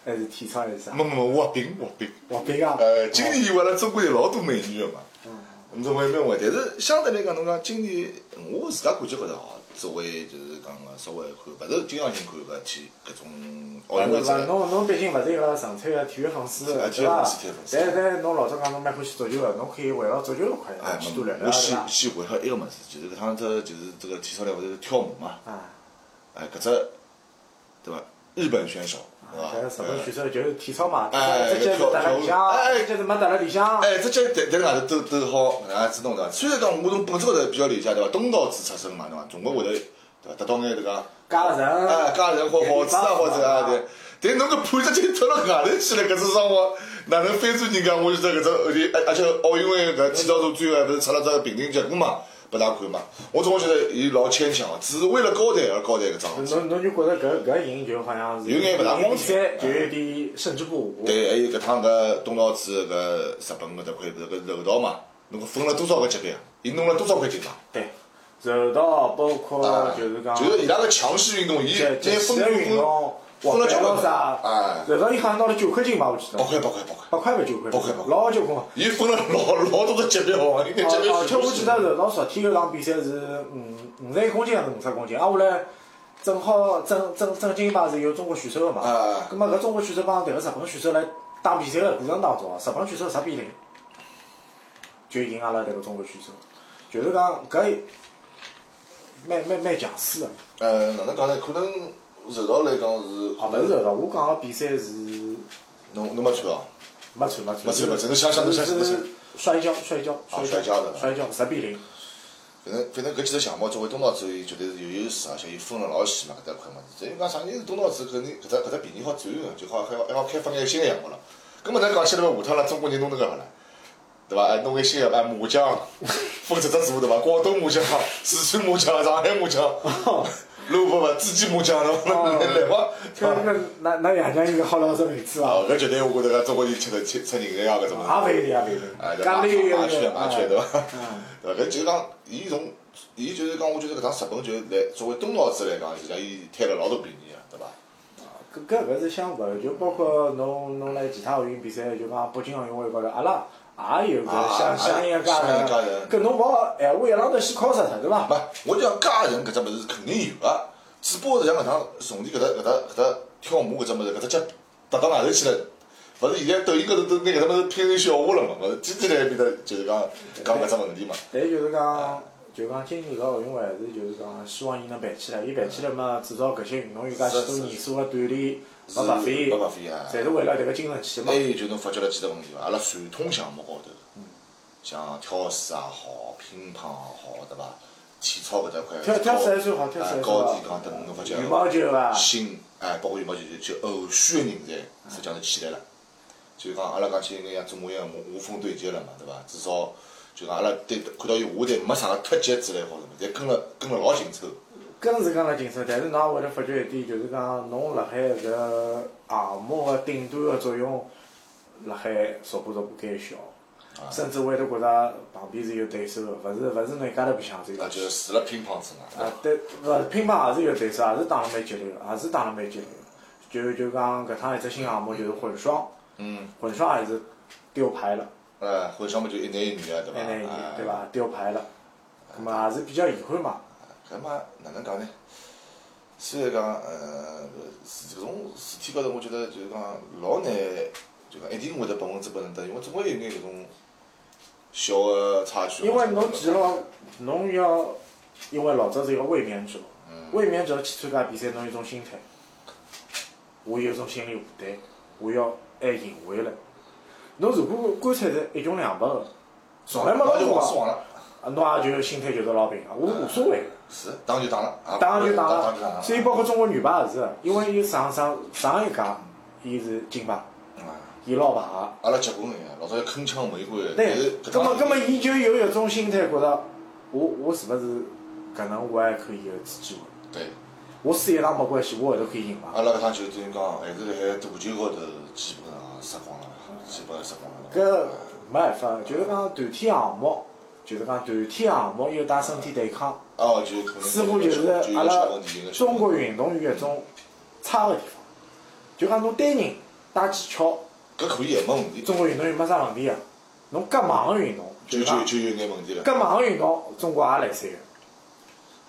[SPEAKER 1] 还是体操还是啥？
[SPEAKER 2] 没没没滑冰滑冰。
[SPEAKER 1] 滑冰啊。
[SPEAKER 2] 呃，今年我阿拉中国有老多美女个嘛，侬总归蛮会，但是相对来讲，侬讲今年我自家感觉觉得哦，作为就是讲个稍微看，勿是经常性看搿体搿种奥运
[SPEAKER 1] 勿
[SPEAKER 2] 会
[SPEAKER 1] 是
[SPEAKER 2] 之
[SPEAKER 1] 勿，
[SPEAKER 2] 类的。
[SPEAKER 1] 侬侬毕竟勿是一个纯粹个体育粉丝，
[SPEAKER 2] 是啊
[SPEAKER 1] 对
[SPEAKER 2] 体育粉
[SPEAKER 1] 伐
[SPEAKER 2] 丝体育粉？丝
[SPEAKER 1] 但但侬老早讲侬蛮欢喜足球个，侬可以围绕足球搿块
[SPEAKER 2] 哎，
[SPEAKER 1] 去多聊聊，
[SPEAKER 2] 我
[SPEAKER 1] 啊对
[SPEAKER 2] 先
[SPEAKER 1] 伐？
[SPEAKER 2] 先回到一个物事，就是搿趟子就是这个体操里勿是跳舞嘛，
[SPEAKER 1] 啊，
[SPEAKER 2] 哎，搿只对伐？日本选手对伐
[SPEAKER 1] 搿个？日本
[SPEAKER 2] 呃
[SPEAKER 1] 啊选手就是体操嘛，
[SPEAKER 2] 哎
[SPEAKER 1] 直接是搭辣里向，
[SPEAKER 2] 哎哎
[SPEAKER 1] 直接是没搭辣里向，
[SPEAKER 2] 哎，这届但但外头都都好搿能样子弄的。虽然讲我从本质高头比较理解对伐，东道主出身嘛对伐，总归会得对伐得到眼这个
[SPEAKER 1] 加人
[SPEAKER 2] 哎家人或好吃啊或者啊对。但侬搿判只就跳到外头去了，搿只生活哪能翻转人家？我觉得搿只而且而且奥运会搿体操组最后还勿是出了只评定结果嘛，拨大家看嘛。我总觉得伊老牵强，啊只是为了高抬而高抬搿桩事体。
[SPEAKER 1] 侬侬就觉着搿搿人就好像是
[SPEAKER 2] 有眼勿大
[SPEAKER 1] 比
[SPEAKER 2] 光彩
[SPEAKER 1] 赛就有点胜之不武。
[SPEAKER 2] 对，还有搿趟搿东道主搿日本搿搭块搿搿柔道嘛，侬搿分了多少个级别啊？伊弄了多少块啊金牌？
[SPEAKER 1] 对，柔道包括啊就是讲
[SPEAKER 2] 啊就是伊拉个强势运动，伊
[SPEAKER 1] 这
[SPEAKER 2] 拿
[SPEAKER 1] 这
[SPEAKER 2] 分
[SPEAKER 1] 体育运动，
[SPEAKER 2] 分分了交
[SPEAKER 1] 滑板
[SPEAKER 2] 关
[SPEAKER 1] 啥
[SPEAKER 2] 哎，，
[SPEAKER 1] 柔道伊好像拿了九块金吧，我记得
[SPEAKER 2] 八。块八块八块，
[SPEAKER 1] 八块吧，九块，
[SPEAKER 2] 八块八块
[SPEAKER 1] 老结棍了。
[SPEAKER 2] 伊分了老老多个级别哦，伊个级别
[SPEAKER 1] 而且我记得柔道昨天搿场比赛是嗯五五十一公斤还是五十公斤，啊，后来正好正正正金牌是有中国选手个嘛，
[SPEAKER 2] 啊
[SPEAKER 1] 咁么搿中国选手帮迭个日本选手来打比赛个过程当中啊，日本选手十比零就赢阿拉迭个中国选手，就是讲搿蛮蛮蛮强势个，
[SPEAKER 2] 呃，哪能讲呢？可能柔道来讲是，
[SPEAKER 1] 啊，勿是柔道，我讲个比赛是
[SPEAKER 2] 侬侬没穿哦，
[SPEAKER 1] 没穿没
[SPEAKER 2] 没
[SPEAKER 1] 穿，
[SPEAKER 2] 穿没穿侬想想侬想想
[SPEAKER 1] 是摔跤摔跤
[SPEAKER 2] 啊
[SPEAKER 1] 摔
[SPEAKER 2] 摔跤的
[SPEAKER 1] 摔跤十比零。
[SPEAKER 2] 反正反正搿几只项目作为东道主，伊绝对是有优势，而且伊分了老细嘛，搿搭块嘛。只因讲啥，人是东道主，肯定搿只搿只便宜好转个，就好还好还好开发眼新个项目了。搿么咱讲起来嘛，下趟了中国人弄那个好了，对伐？哎，弄眼新个哎麻将，分只只组对伐？广东麻将、四川麻将、上海麻将，路不勿诸暨麻将，侬
[SPEAKER 1] 哦
[SPEAKER 2] 来 [LAUGHS] 伐？
[SPEAKER 1] 搿搿哪哪爷娘应该好了这名字啊
[SPEAKER 2] 哦，？搿绝对我觉得搿中国人吃得吃吃人个样搿种。
[SPEAKER 1] 也勿一定，也勿一定
[SPEAKER 2] 哎，。
[SPEAKER 1] 家里有
[SPEAKER 2] 麻雀，麻雀对伐？
[SPEAKER 1] 嗯
[SPEAKER 2] [LAUGHS] 对伐？搿就是讲，伊从伊就是讲，我觉得搿趟日本就是来作为东道主来讲，实际上伊摊了老多便宜个，对伐？
[SPEAKER 1] 搿搿搿是相关的，就包括侬侬辣其他奥运比赛，就讲北京奥运会高头，阿拉也有
[SPEAKER 2] 啊
[SPEAKER 1] 搿相相应个家
[SPEAKER 2] 相应
[SPEAKER 1] 人
[SPEAKER 2] 的家人，
[SPEAKER 1] 搿侬勿好闲话一浪头先敲死脱，对伐？
[SPEAKER 2] 啊没，我就讲嫁人搿只物事肯定有个，只不过是像搿趟从你搿搭搿搭搿搭跳舞搿只物事，搿搭脚搭到外头去了，勿是现在抖音高头都那个他们拼成笑话了嘛，勿是天天在埃面搭就是讲讲搿只问题嘛。
[SPEAKER 1] 但就是讲，就讲今年搿奥运会还是就是讲，希望伊能办起来。伊办起来嘛，至少搿些运动员介许多年数个锻炼，
[SPEAKER 2] 是
[SPEAKER 1] 勿白费，
[SPEAKER 2] 勿白费啊哎
[SPEAKER 1] 侪是为了迭个精神去嘛
[SPEAKER 2] 还。有就侬发觉了几只问题伐？阿拉传统项目高头，像跳水也好，乒乓也好，对伐？体操搿搭块，
[SPEAKER 1] 跳跳水还算好，跳
[SPEAKER 2] 啊
[SPEAKER 1] 水还算
[SPEAKER 2] 高
[SPEAKER 1] 好
[SPEAKER 2] 低。杠等侬发觉
[SPEAKER 1] 羽毛球啊，
[SPEAKER 2] 新哎，包括羽毛球，就就后续的人才实际上是起来了。就讲阿拉讲起应该像中国一样无无缝对接了嘛，对伐？至少就讲阿拉对看到伊下台没啥个脱节之类或者什么，侪跟了跟了老紧凑。
[SPEAKER 1] 更是讲了精神，但是侬也会得发觉一点，就是讲侬辣海呃搿项目个顶端个作用，辣海逐步逐步减小，
[SPEAKER 2] 啊
[SPEAKER 1] 甚至会得觉着旁边是有对手个，勿是勿是侬一家头白相这
[SPEAKER 2] 那
[SPEAKER 1] 个。
[SPEAKER 2] 啊就是除了乒乓之外
[SPEAKER 1] 啊，，对，勿乒乓也是有对手，也是打了蛮激烈个，也是打了蛮激烈个。就就讲搿趟一只新项目就是混双，
[SPEAKER 2] 嗯，
[SPEAKER 1] 混双也是丢牌了，
[SPEAKER 2] 哎，混双嘛就一男一女啊，对伐？
[SPEAKER 1] 那那一年
[SPEAKER 2] 哎
[SPEAKER 1] 对伐？丢牌了，葛末也是比较遗憾嘛。
[SPEAKER 2] 搿嘛哪能讲呢？虽然讲，呃，搿搿种事体高头，我觉得就是讲老难，就讲一定会得百分之百能得，因为总归有眼搿种小个差距。
[SPEAKER 1] 因为侬记牢，侬要因为老早是一个卫冕者，卫冕者去参加比赛，侬有种心态，我有种心理负担，我要还赢回来。侬如果观察是一穷两白个，从来没
[SPEAKER 2] 那
[SPEAKER 1] 落
[SPEAKER 2] 就
[SPEAKER 1] 过
[SPEAKER 2] 往
[SPEAKER 1] 啊
[SPEAKER 2] 死往了，
[SPEAKER 1] 啊，侬也就心态就是老平常，我无所谓，
[SPEAKER 2] 是打就打了，啊
[SPEAKER 1] 打就打
[SPEAKER 2] 打就打
[SPEAKER 1] 了。
[SPEAKER 2] 了。
[SPEAKER 1] 所以包括中国女排也是，因为伊上上上一届伊是金牌，
[SPEAKER 2] 嗯
[SPEAKER 1] 伊捞牌个。
[SPEAKER 2] 阿拉结棍个呀，老早要铿锵玫瑰，但
[SPEAKER 1] 对
[SPEAKER 2] 是，
[SPEAKER 1] 葛么葛么，伊就有一种心态，觉着我我是勿是搿能我还可以有一次机会？
[SPEAKER 2] 对，
[SPEAKER 1] 我输一场没关系，我后头可以赢嘛。
[SPEAKER 2] 阿拉搿趟就等于讲还是辣海大球高头基本上杀光了，基本上杀光了。
[SPEAKER 1] 搿没办法，就是讲团体项目，就是讲团体项目又带身体对抗，
[SPEAKER 2] 哦，就可能
[SPEAKER 1] 似乎就是
[SPEAKER 2] 就
[SPEAKER 1] 阿
[SPEAKER 2] 有
[SPEAKER 1] 拉
[SPEAKER 2] 小问题有个小
[SPEAKER 1] 中国
[SPEAKER 2] 问题
[SPEAKER 1] 运动员一种差个地方。就讲侬单人带技巧，
[SPEAKER 2] 搿可以没问题，
[SPEAKER 1] 中国运动员没啥问题啊。侬隔网个运动，
[SPEAKER 2] 就
[SPEAKER 1] 就
[SPEAKER 2] 就
[SPEAKER 1] 讲
[SPEAKER 2] 就有眼问题了。
[SPEAKER 1] 隔网个运动，中国也来三个。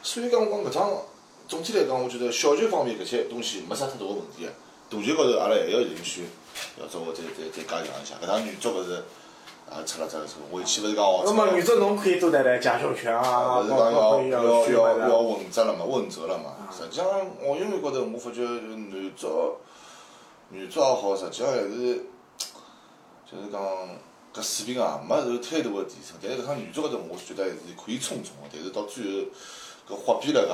[SPEAKER 2] 所以讲，我讲搿趟总体来讲，我觉得小球方面搿些东西没啥太大个问题个。大球高头，阿拉还要有需要稍微再再再加强一下。搿趟女足勿是啊出了只这个回去勿是讲哦，
[SPEAKER 1] 那么女足侬可以多谈谈贾秀全啊，
[SPEAKER 2] 勿是
[SPEAKER 1] 包
[SPEAKER 2] 讲
[SPEAKER 1] 括
[SPEAKER 2] 要
[SPEAKER 1] 可以
[SPEAKER 2] 要
[SPEAKER 1] 去
[SPEAKER 2] 要
[SPEAKER 1] 买的
[SPEAKER 2] 要稳着了嘛，稳着了嘛。实际上奥运会高头，我发觉男足女足也好，实际上还是就是讲搿水平啊，没有太大个提升。但是搿趟女足高头，我是觉得还是可以冲冲个，但是到最后搿花边了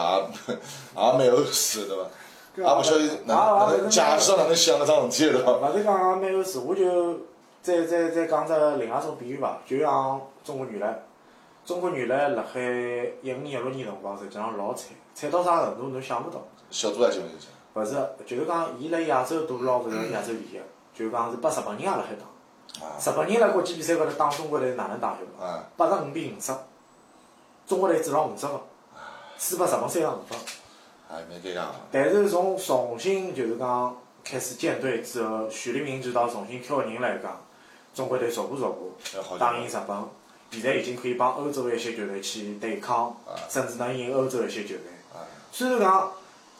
[SPEAKER 2] 搿也也蛮后世个对伐？也
[SPEAKER 1] 啊
[SPEAKER 2] 勿晓得哪
[SPEAKER 1] 啊
[SPEAKER 2] 能
[SPEAKER 1] 啊
[SPEAKER 2] 哪能
[SPEAKER 1] 啊
[SPEAKER 2] 解释哪能想搿桩事体对伐？
[SPEAKER 1] 勿是讲蛮有事，我就再再再讲只另外一种比喻伐，就像中国女篮，中国女篮辣海一五年、一六年辰光，实际上老惨，惨到啥程度侬想勿到。
[SPEAKER 2] 小组也进勿进去，
[SPEAKER 1] 勿是，就是讲伊辣亚洲都捞勿成亚洲第一，就是讲是把日本人也辣海
[SPEAKER 2] 啊
[SPEAKER 1] 打，日本人辣国际比赛高头打中国队哪能打晓得伐？
[SPEAKER 2] 啊，
[SPEAKER 1] 八十五比五十，中国队只捞五十分，输拨日本三十五分。
[SPEAKER 2] 也蛮尴尬个。
[SPEAKER 1] 但是从重新就是讲开始建队之后，徐立明指导重新挑人来讲，中国队逐步逐
[SPEAKER 2] 哎好
[SPEAKER 1] 步
[SPEAKER 2] 的
[SPEAKER 1] 打赢日本，现在已经可以帮欧洲的一些球队去对抗，甚至能赢欧洲的一些球队。虽然讲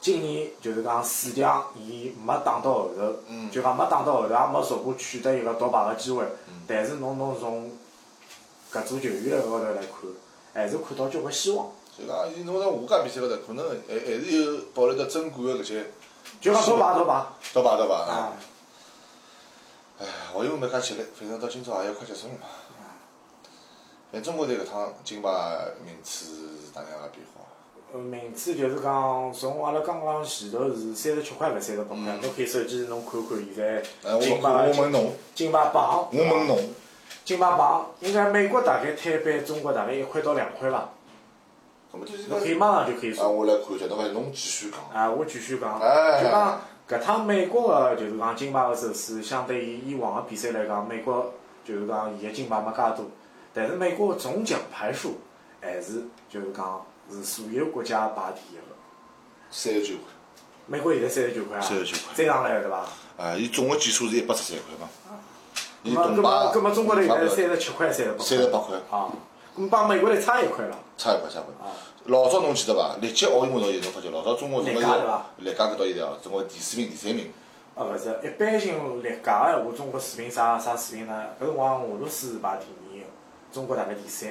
[SPEAKER 1] 今年就是讲四强伊没打到后头，就讲没打到后头，也没逐步取得一个夺牌的机会，但是侬侬从搿组球员高头来看，还是看到交关希望。
[SPEAKER 2] 就讲，伊侬从下届比赛高头，可能还还是有保留着珍贵个搿些，
[SPEAKER 1] 就讲夺牌夺牌
[SPEAKER 2] 对伐对伐？
[SPEAKER 1] 啊！
[SPEAKER 2] 哎，奥运会没介吃力，反正到今朝也要快结束了嘛。反正中国队搿趟金牌名次哪能样个变化？
[SPEAKER 1] 呃，名次就是讲，从阿拉刚刚前头是三十七块还是三十八块，侬可以手机侬看看现
[SPEAKER 2] 哎，
[SPEAKER 1] 在
[SPEAKER 2] 嗯我
[SPEAKER 1] 金
[SPEAKER 2] 我
[SPEAKER 1] 牌
[SPEAKER 2] 问侬，
[SPEAKER 1] 金牌榜，
[SPEAKER 2] 我问侬，
[SPEAKER 1] 金牌榜应该美国大概摊板中国大概一块到两块伐，
[SPEAKER 2] 搿么就是
[SPEAKER 1] 侬可以
[SPEAKER 2] 讲，
[SPEAKER 1] 马上就可以
[SPEAKER 2] 啊，
[SPEAKER 1] 算。
[SPEAKER 2] 我来看一下，侬讲侬继续讲。
[SPEAKER 1] 啊，我继续讲，
[SPEAKER 2] 呃哎
[SPEAKER 1] 就讲搿趟美国个就是讲金牌个手势，相对于以往个比赛来讲，美国就是讲伊个金牌没介多，但是美国个总奖牌数还是就是讲是所有国家排第一个。
[SPEAKER 2] 三十九
[SPEAKER 1] 美国现在三十九块啊，
[SPEAKER 2] 39块
[SPEAKER 1] 再上来对伐？
[SPEAKER 2] 块，啊，伊总个件数是一百十三块嘛。伊
[SPEAKER 1] 啊那那
[SPEAKER 2] 铜牌
[SPEAKER 1] 么，那么中国队呃现在
[SPEAKER 2] 三
[SPEAKER 1] 三十七块，三十八，
[SPEAKER 2] 十八块，
[SPEAKER 1] 啊，那么帮美国队差一块了。
[SPEAKER 2] 差一块差一
[SPEAKER 1] 啊
[SPEAKER 2] 块。老早侬记得伐？历届奥运会到现在，侬发觉老早中国总归是
[SPEAKER 1] 历届对伐
[SPEAKER 2] 历届搿到现在哦，中国第四名、第三名，
[SPEAKER 1] 啊，勿是，一般性历届个闲话，中国水平啥啥水平呢？搿辰光俄罗斯是排第二，中国大概第三，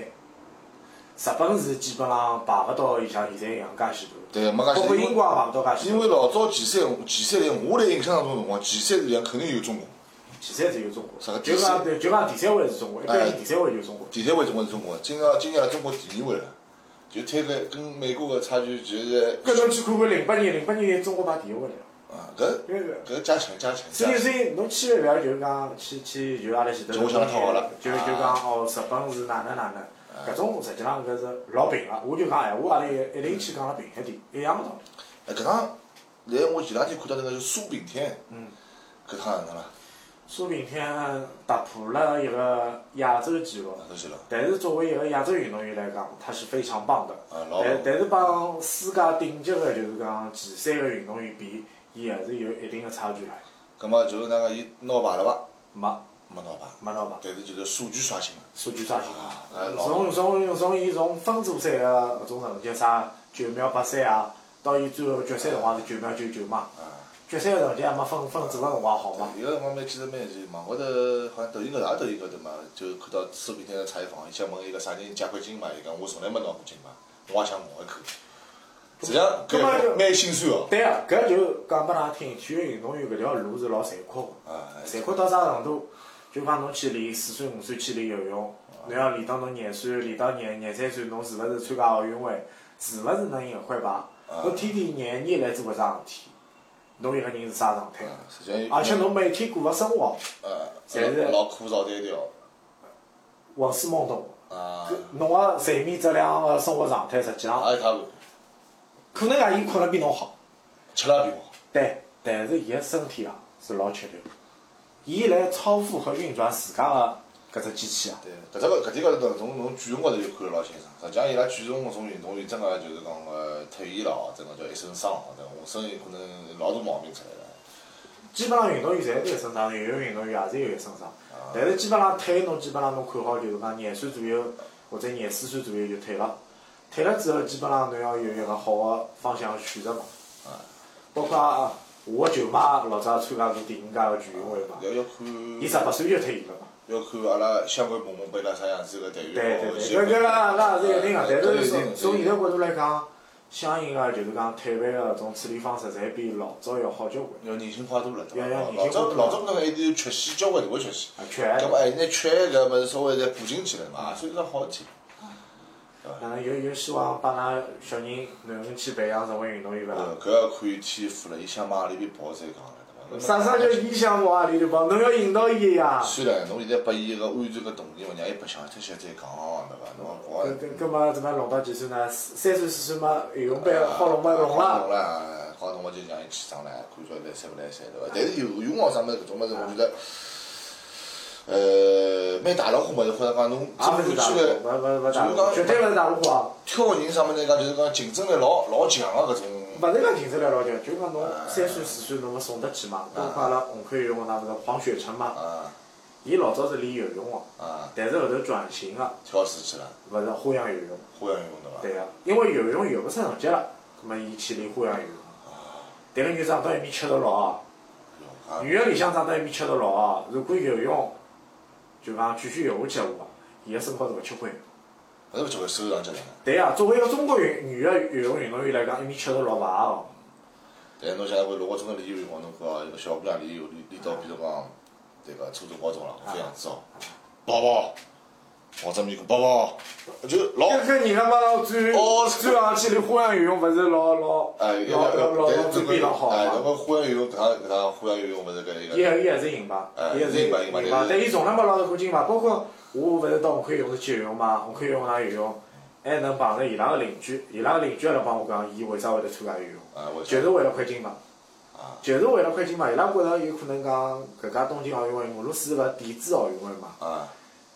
[SPEAKER 1] 日本啊是基本上排勿到像现在一样介许多，
[SPEAKER 2] 对，没
[SPEAKER 1] 包
[SPEAKER 2] 介
[SPEAKER 1] 括
[SPEAKER 2] 许
[SPEAKER 1] 英
[SPEAKER 2] 多。
[SPEAKER 1] 国也排勿到介许
[SPEAKER 2] 因
[SPEAKER 1] 多。
[SPEAKER 2] 为老早前三前三年，我来印象当中辰光，前三年肯定有中国，
[SPEAKER 1] 第三只有中
[SPEAKER 2] 啥
[SPEAKER 1] 国，
[SPEAKER 2] 个
[SPEAKER 1] 就
[SPEAKER 2] 第三
[SPEAKER 1] 讲就讲第三位是中国，一般性第三位就是中国。
[SPEAKER 2] 第三位中国是中国，今个今年中国第二位了，就推个跟美国个差距就是
[SPEAKER 1] 搿侬去看看零八年，零八年中国排第一位了，
[SPEAKER 2] 啊，搿
[SPEAKER 1] 因为搿。
[SPEAKER 2] 搿加强加强
[SPEAKER 1] 所
[SPEAKER 2] 加
[SPEAKER 1] 以，
[SPEAKER 2] 强，
[SPEAKER 1] 所以侬千万勿要就是讲去去就阿拉前头
[SPEAKER 2] 就我想得太好了啊
[SPEAKER 1] 就就讲哦，日本是哪能哪能，搿种实际上搿是老平个。我就讲闲话，阿拉一定去讲了平一点，一样个道理。
[SPEAKER 2] 哎，搿趟来我前两天看到那个苏炳添，嗯，搿趟哪能啦？
[SPEAKER 1] 苏炳添突破了一个亚洲纪录，
[SPEAKER 2] 哪都去了？
[SPEAKER 1] 但是作为一个亚洲运动员来讲，他是非常棒的。
[SPEAKER 2] 啊，老
[SPEAKER 1] 但但是帮世界顶级个就是讲前三个运动员比，伊还是有一定个差距了。
[SPEAKER 2] 葛末就是那个伊拿牌了伐？
[SPEAKER 1] 没
[SPEAKER 2] 没拿牌，
[SPEAKER 1] 没拿吧？
[SPEAKER 2] 但是就是数据刷新了。
[SPEAKER 1] 数据刷新
[SPEAKER 2] 哎
[SPEAKER 1] 啊！
[SPEAKER 2] 老
[SPEAKER 1] 从从从伊从分组啊赛个搿种成绩啥九秒八三啊，到伊最后决赛辰光是九秒九九嘛，
[SPEAKER 2] 啊，
[SPEAKER 1] 决赛个成绩还没分分组个辰光好嘛。
[SPEAKER 2] 有个辰光蛮记得蛮记，网高头好像抖音高头也抖音高头嘛，就看到苏炳添个采访，伊想问伊个啥人借过金嘛，伊讲我从来没拿过金嘛，我也想咬一口。实际上
[SPEAKER 1] 葛末
[SPEAKER 2] 搿蛮心酸哦。
[SPEAKER 1] 对啊，搿就讲拨㑚听，体育运动员搿条路是老残酷个，
[SPEAKER 2] 啊，
[SPEAKER 1] 残酷到啥程度？就讲侬去练四岁五岁去练游泳，
[SPEAKER 2] 哎
[SPEAKER 1] 侬要练到侬廿岁，练到廿廿三岁，侬是勿是参加奥运会？是勿是能赢块牌？
[SPEAKER 2] 哎
[SPEAKER 1] 侬天天廿年来做搿桩事体，侬一个人是啥状态？
[SPEAKER 2] 啊实际上，
[SPEAKER 1] 而且侬每天过个生活。
[SPEAKER 2] 呃，
[SPEAKER 1] 侪是
[SPEAKER 2] 老枯燥单调
[SPEAKER 1] 王思梦懂，
[SPEAKER 2] 啊，
[SPEAKER 1] 侬个睡眠质量个生活状态实际上，
[SPEAKER 2] 也一塌糊涂，
[SPEAKER 1] 可能啊，伊困得比侬好，
[SPEAKER 2] 吃了也比我好。
[SPEAKER 1] 对，但是伊个身体啊是老吃力的，伊来超负荷运转自家个搿只机器啊，
[SPEAKER 2] 对，搿只个搿点高头，从从举重高头就看得老清爽。实际上，伊拉举重搿种运动员，真个就是讲个退役了哦，真个叫一身伤哦，真个浑身有可能老多毛病出来了。
[SPEAKER 1] 基本上运动员侪是一身伤，游泳运动员也是有一身伤，但是基本上退侬基本上侬看好就是讲廿岁左右或者廿四岁左右就退了，退了之后基本上侬要有一个好个方向选择嘛，包括啊我舅妈老早参加过第五届个全运会嘛，
[SPEAKER 2] 要要
[SPEAKER 1] 伊十
[SPEAKER 2] 看，
[SPEAKER 1] 八岁就退役了嘛。
[SPEAKER 2] 要看阿拉相关部门拨伊拉啥样子个待遇。
[SPEAKER 1] 对对对，
[SPEAKER 2] 搿
[SPEAKER 1] 搿搿啦啦是一定个，但是从从现在
[SPEAKER 2] 在
[SPEAKER 1] 角度来讲，相应个就是讲退饭个搿种处理方式，侪比老早要好交关。
[SPEAKER 2] 要人性化多了，对伐
[SPEAKER 1] 要要？人
[SPEAKER 2] 老
[SPEAKER 1] 性化
[SPEAKER 2] 早
[SPEAKER 1] 多了
[SPEAKER 2] 老早搿个一点缺陷，交关大个缺陷。
[SPEAKER 1] 啊，缺
[SPEAKER 2] 搿么哎，那缺搿物事稍微再补进去了
[SPEAKER 1] 嗯
[SPEAKER 2] 嘛，所以讲好体。
[SPEAKER 1] 哪能有有希望帮㑚小人哪能去培养成为运动员勿啦？
[SPEAKER 2] 呃，搿要看伊天赋了，伊想往阿里边跑再讲了，对伐？
[SPEAKER 1] 啥啥叫伊想往何里头跑？侬要引导伊呀。
[SPEAKER 2] 虽然侬现在拨伊一个安全个动力嘛，让伊白相脱歇再讲，对伐？侬
[SPEAKER 1] 搿
[SPEAKER 2] 搞
[SPEAKER 1] 搿搿么怎么弄到几岁呢？三岁四岁嘛，游泳班好弄嘛
[SPEAKER 2] 嘛，
[SPEAKER 1] 弄
[SPEAKER 2] 弄
[SPEAKER 1] 啦。
[SPEAKER 2] 啦，好侬我就让伊去上来，看叫来塞勿来塞，对伐？但是游泳哦啥物事搿种物
[SPEAKER 1] 啊
[SPEAKER 2] 事，我觉得，呃，蛮大老虎物事，或者讲侬
[SPEAKER 1] 也勿是啊大陆
[SPEAKER 2] 真看起来，
[SPEAKER 1] 话，勿勿勿大
[SPEAKER 2] 就
[SPEAKER 1] 陆
[SPEAKER 2] 是讲
[SPEAKER 1] 话，绝对勿是大陆话。
[SPEAKER 2] 挑人啥物事讲就是讲竞争力老老强啊个搿种。
[SPEAKER 1] 勿是讲停止了老久，就讲侬三岁四岁侬勿送得起嘛？包括阿拉红磡游泳那个黄雪成嘛，
[SPEAKER 2] 啊
[SPEAKER 1] 伊老早是练游泳个，
[SPEAKER 2] 啊，
[SPEAKER 1] 但是后头转型个，
[SPEAKER 2] 跳水去了，
[SPEAKER 1] 勿是花样游泳。
[SPEAKER 2] 花样运动对伐？
[SPEAKER 1] 对个，因为游泳游勿出成绩了，葛末伊去练花样游泳。但个女长到一米七十六哦，
[SPEAKER 2] 哎呦啊
[SPEAKER 1] 女个里向长到一米七十六哦，如果游泳，就讲继续游下去个话，伊个身高是勿吃亏的。
[SPEAKER 2] 搿是勿就会收上啊去了。
[SPEAKER 1] 对个，作为一个中国运女个游泳运动员来讲，一米七十六勿合哦。
[SPEAKER 2] 但是侬想想看，如果真个练游泳，侬看哦，一个小姑娘练游练练到，比如讲，对个初中、高中了，
[SPEAKER 1] 啊
[SPEAKER 2] 这样子哦，宝宝，跑只面孔，宝宝，就
[SPEAKER 1] [LAUGHS]
[SPEAKER 2] 老，
[SPEAKER 1] 搿个人家嘛，最
[SPEAKER 2] 哦
[SPEAKER 1] 最上去的花样游泳，勿是老老
[SPEAKER 2] 哎，一
[SPEAKER 1] 老老老
[SPEAKER 2] 个，但
[SPEAKER 1] 老
[SPEAKER 2] 是
[SPEAKER 1] 最
[SPEAKER 2] 真
[SPEAKER 1] 比
[SPEAKER 2] 个
[SPEAKER 1] 老，好
[SPEAKER 2] 哎，那
[SPEAKER 1] 嘛？
[SPEAKER 2] 个花样游泳，搿趟搿趟花样游泳勿是搿一
[SPEAKER 1] 伊
[SPEAKER 2] 个，
[SPEAKER 1] 也伊也是银牌，
[SPEAKER 2] 哎
[SPEAKER 1] 伊也是
[SPEAKER 2] 银牌银牌
[SPEAKER 1] 银
[SPEAKER 2] 但
[SPEAKER 1] 牌
[SPEAKER 2] 是，
[SPEAKER 1] 但伊从来没捞到过金牌。包括我勿是到红磡游泳池去游泳嘛，红磡游泳场游泳，还能碰着伊拉个邻居，伊拉个邻居还来帮我讲，伊为啥会得参加游泳？
[SPEAKER 2] 啊，我
[SPEAKER 1] 就是为了块金牌
[SPEAKER 2] 啊，
[SPEAKER 1] 就是为了块金牌。伊拉觉着有可能讲搿届东京奥运会，俄罗斯勿是抵制奥运会嘛？
[SPEAKER 2] 啊，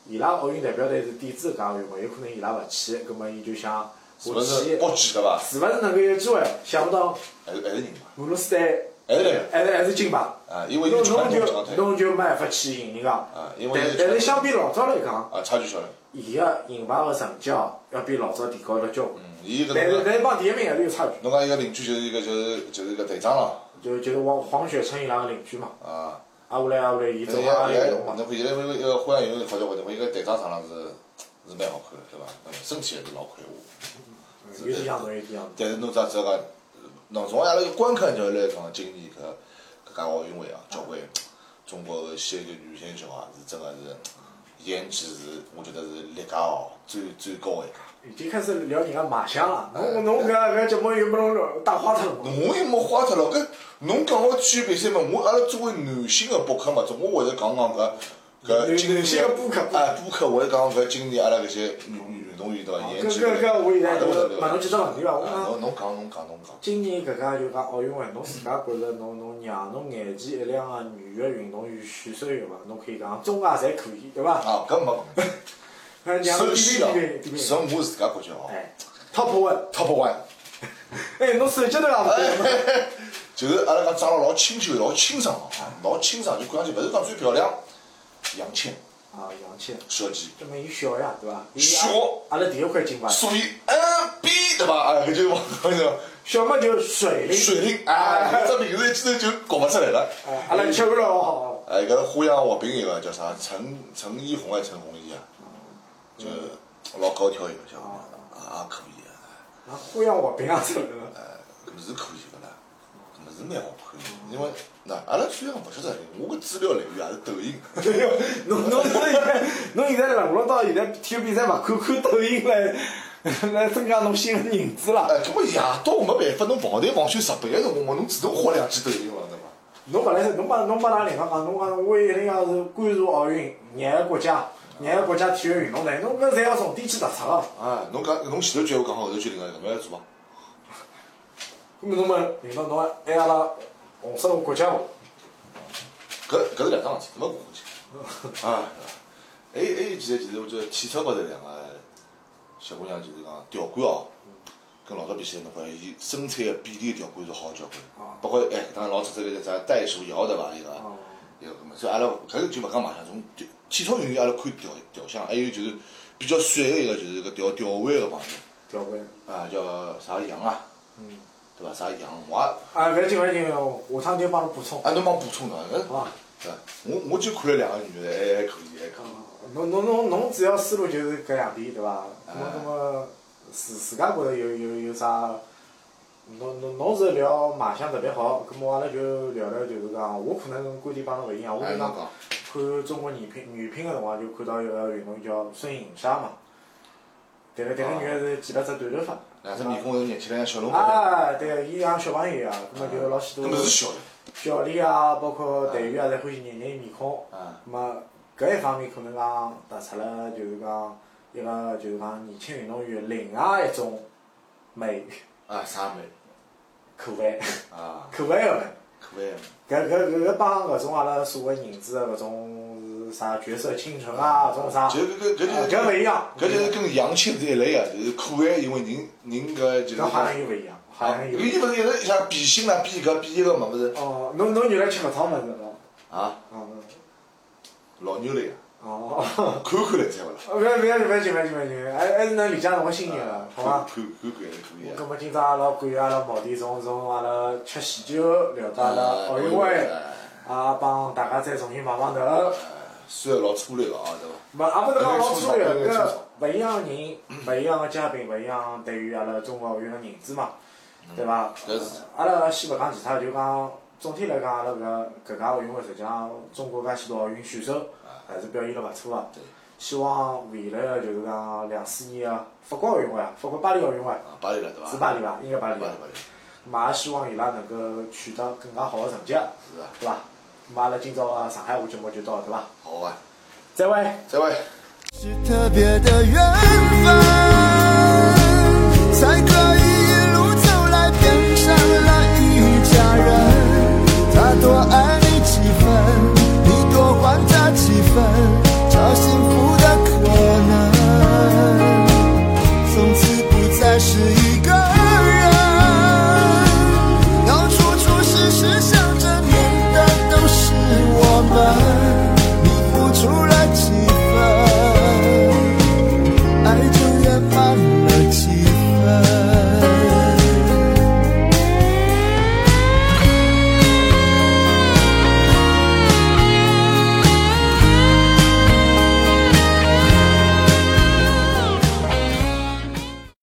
[SPEAKER 1] 伊拉奥运代表队是抵制搿届奥运会，有可能伊拉勿去，葛末伊就想
[SPEAKER 2] 是
[SPEAKER 1] 我
[SPEAKER 2] 勿是
[SPEAKER 1] 去。
[SPEAKER 2] 搏击对伐？
[SPEAKER 1] 是勿是能够有机会？想不到
[SPEAKER 2] 还是还是人哎嘛，
[SPEAKER 1] 俄罗斯队
[SPEAKER 2] 还是人
[SPEAKER 1] 还是还是金牌，
[SPEAKER 2] 啊，因为
[SPEAKER 1] 侬
[SPEAKER 2] 有传
[SPEAKER 1] 侬
[SPEAKER 2] 统
[SPEAKER 1] 就
[SPEAKER 2] 状态
[SPEAKER 1] 侬就没办法去赢人家。
[SPEAKER 2] 啊，因
[SPEAKER 1] 但
[SPEAKER 2] 为有
[SPEAKER 1] 但是
[SPEAKER 2] 传
[SPEAKER 1] 相比老早来讲，
[SPEAKER 2] 啊，差距小了，
[SPEAKER 1] 伊个银牌个成绩哦，要比老早提高了交关。
[SPEAKER 2] 嗯，伊搿
[SPEAKER 1] 但是
[SPEAKER 2] 种。
[SPEAKER 1] 但是帮第一名还是有差距。
[SPEAKER 2] 侬讲一个邻居就是一个就是就是一个队长了，
[SPEAKER 1] 就就是黄黄雪琛伊拉个邻居嘛，
[SPEAKER 2] 啊，
[SPEAKER 1] 啊下来啊下来，伊
[SPEAKER 2] 现
[SPEAKER 1] 走
[SPEAKER 2] 在
[SPEAKER 1] 阿拉游
[SPEAKER 2] 现
[SPEAKER 1] 泳
[SPEAKER 2] 在
[SPEAKER 1] 嘛，
[SPEAKER 2] 侬看现在因为一个花样游泳好像活动，因为一个队长上浪是是蛮好看的，对伐？嗯身体还是老魁梧。
[SPEAKER 1] 有点像侬有点像侬。
[SPEAKER 2] 但是侬只只要讲，侬从阿拉个观看角度来讲，今年搿搿届奥运会啊，交关中国个些个女选手啊，是真个是颜值是，我觉得是历届哦最最高个一届。
[SPEAKER 1] 已经开始聊人家卖相了，
[SPEAKER 2] 哎
[SPEAKER 1] 侬侬搿搿节目又没侬聊打花头嘛？
[SPEAKER 2] 我又没花脱了，搿侬讲我去比赛嘛，我阿拉作为男性个博客嘛，总归会得讲讲搿搿今年
[SPEAKER 1] 男性的播客
[SPEAKER 2] 啊，播客会得讲搿今年阿拉搿些运运动员对伐？
[SPEAKER 1] 搿
[SPEAKER 2] 颜值
[SPEAKER 1] 哦搿搿我现在
[SPEAKER 2] 啊
[SPEAKER 1] 就
[SPEAKER 2] 对不
[SPEAKER 1] 问
[SPEAKER 2] 对
[SPEAKER 1] 侬几只问题伐？我
[SPEAKER 2] 啊
[SPEAKER 1] 讲
[SPEAKER 2] 侬侬讲侬讲侬讲，
[SPEAKER 1] 今年搿家就讲奥运会，侬自家觉着侬侬让侬眼前一亮个女个运动员选手有伐？侬可以讲中外侪可以，对伐？
[SPEAKER 2] 啊搿没问题。
[SPEAKER 1] 让侬
[SPEAKER 2] 首先啊
[SPEAKER 1] 点评点，评点评。
[SPEAKER 2] 从我自家感觉哦
[SPEAKER 1] 哎，Top One，
[SPEAKER 2] ，Top One， [LAUGHS]
[SPEAKER 1] 哎，侬手机头也勿对嘛？
[SPEAKER 2] 就是阿拉讲长得老清秀、老清爽哦，老清爽，就看上去勿是讲最漂亮，杨倩
[SPEAKER 1] 啊，杨倩，
[SPEAKER 2] 小姐，
[SPEAKER 1] 这么伊小呀，对伐？伊
[SPEAKER 2] 小
[SPEAKER 1] 阿拉第一块金牌，
[SPEAKER 2] 所以 NB 对伐？啊，搿就搿就
[SPEAKER 1] 小么就水灵，
[SPEAKER 2] 水灵啊，搿只名字一记头就搞勿出来了。
[SPEAKER 1] 哎阿拉吃勿了好。
[SPEAKER 2] 哎，搿花样滑冰一个叫啥？陈陈一红还是陈红一啊？就老高挑一个小姑
[SPEAKER 1] 哦
[SPEAKER 2] 娘，啊，可以啊。
[SPEAKER 1] 那花样滑冰也出来了，
[SPEAKER 2] 搿呃么是可以个啦，搿么是蛮好看的，因为那阿拉虽然勿晓得，我搿资料来源也是抖音，
[SPEAKER 1] 侬侬现在侬现在沦落到现在体育比赛勿看看抖音来 [LAUGHS] 来增加侬新的认知啦。
[SPEAKER 2] 哎，搿么夜到没办法，侬跑来跑去日本个辰光，侬自动划两句抖音了，对伐？
[SPEAKER 1] 侬勿来塞，侬把侬把㑚另外讲，侬讲我一定要是关注奥运，廿个国家，廿个国家体育运动队，侬搿侪要重点去突出个。
[SPEAKER 2] 哎，侬讲侬前头句我讲好，后头句另外一个侬要做伐？
[SPEAKER 1] 咾么侬么哎领导侬还阿拉红色国家舞，
[SPEAKER 2] 搿搿是两桩事体，没过去。啊，还有还有几个，其实我觉得体操高头两个小姑娘就是讲吊杆哦，跟老早比起来，侬发现伊身材个比例调杆是好交关
[SPEAKER 1] 哦，
[SPEAKER 2] 包括哎，当然老早这个叫啥袋鼠摇对伐？伊个
[SPEAKER 1] 哦
[SPEAKER 2] 一个搿么，所以阿拉搿个就勿讲卖相，从体体操运动员阿拉看调调向，还有就是比较帅个一个就是搿吊吊腕个朋友
[SPEAKER 1] 交关。
[SPEAKER 2] 啊，叫啥杨啊，对伐？啥杨我也
[SPEAKER 1] 啊，勿要紧，勿要紧，下趟就帮侬补充，好
[SPEAKER 2] 啊，侬帮我补充侬，
[SPEAKER 1] 伐？
[SPEAKER 2] 哎，我我就看了两个女的，还还可以，还可
[SPEAKER 1] 嗯
[SPEAKER 2] 以。
[SPEAKER 1] 侬侬侬侬主要思路就是搿两点对伐？咾么咾么自自家觉着有有有啥？侬侬侬是聊卖相特别好，咾么阿拉就聊聊就是讲，我可能观点帮侬勿一样，我
[SPEAKER 2] 哎
[SPEAKER 1] 就
[SPEAKER 2] 侬
[SPEAKER 1] 讲
[SPEAKER 2] 讲
[SPEAKER 1] 看中国女乒女乒个辰光就看到一个运动员叫孙颖莎嘛，迭个迭
[SPEAKER 2] 啊
[SPEAKER 1] 个女个是剪了只短头发，
[SPEAKER 2] 两只面孔是捏起来像小龙包的，
[SPEAKER 1] 啊对，伊像小朋友一样，咾么就老许
[SPEAKER 2] 搿
[SPEAKER 1] 多
[SPEAKER 2] 么是小的。
[SPEAKER 1] 教练啊，包括队员啊，侪欢喜捏捏伊面孔。
[SPEAKER 2] 啊
[SPEAKER 1] 咁么搿一方面可能讲突出了，就是讲一个就是讲年轻运动员另外一种美
[SPEAKER 2] 啊，啥美
[SPEAKER 1] 可爱， [LAUGHS]
[SPEAKER 2] 啊，
[SPEAKER 1] 可爱个
[SPEAKER 2] 可爱。
[SPEAKER 1] 美。搿搿搿搿帮搿种阿拉所谓认知的搿种是啥角色清纯啊，搿种啥，
[SPEAKER 2] 就搿搿
[SPEAKER 1] 呃
[SPEAKER 2] 搿
[SPEAKER 1] 搿
[SPEAKER 2] 就
[SPEAKER 1] 勿一样，
[SPEAKER 2] 搿就是跟洋气是一类啊，就是可爱，因为人人搿就是
[SPEAKER 1] 搿好像又勿一样，好
[SPEAKER 2] 啊，
[SPEAKER 1] 像又
[SPEAKER 2] 有
[SPEAKER 1] 勿一样。
[SPEAKER 2] 伊勿是一直像比心啦，比搿比一个嘛，勿是
[SPEAKER 1] 哦，侬侬原来吃搿趟物事了？
[SPEAKER 2] 啊，
[SPEAKER 1] 嗯，
[SPEAKER 2] 老牛类啊， [LAUGHS]
[SPEAKER 1] 哦。
[SPEAKER 2] 看看来才勿啦，
[SPEAKER 1] 勿要勿要勿要紧勿要紧勿要紧，还还是能理解侬个心情个，好伐
[SPEAKER 2] 看？看看看还是可以
[SPEAKER 1] 咁
[SPEAKER 2] 啊。
[SPEAKER 1] 么今朝阿拉感谢阿拉毛弟从从阿拉吃喜酒聊到阿拉哦奥运会，
[SPEAKER 2] 哎
[SPEAKER 1] 啊帮大家再重新碰碰头。
[SPEAKER 2] 虽然老粗略个啊，对伐？
[SPEAKER 1] 勿也勿是讲老粗略，搿勿一样个人，勿一样个嘉宾，勿一样对于阿拉中国奥运个认知嘛，
[SPEAKER 2] 嗯
[SPEAKER 1] 对伐？
[SPEAKER 2] 搿是
[SPEAKER 1] 阿拉先勿讲其他，就讲总体来讲，阿拉搿搿届奥运会实际上中国介许多奥运选手还是表现了勿错个
[SPEAKER 2] 啊对。
[SPEAKER 1] 希望未来个就是讲两四年个法国奥运会啊，法国巴黎奥运会
[SPEAKER 2] 啊，巴黎了对伐？
[SPEAKER 1] 是巴黎伐？应该巴黎
[SPEAKER 2] 巴
[SPEAKER 1] 伐
[SPEAKER 2] 黎？巴黎，
[SPEAKER 1] 嘛也希望伊拉能够取得更加好的成绩，
[SPEAKER 2] 是啊，
[SPEAKER 1] 对伐？嘛，阿拉今朝个上海话节目就到，对伐？
[SPEAKER 2] 好啊，
[SPEAKER 1] 再会。
[SPEAKER 2] 再会。
[SPEAKER 3] 是特别的缘分。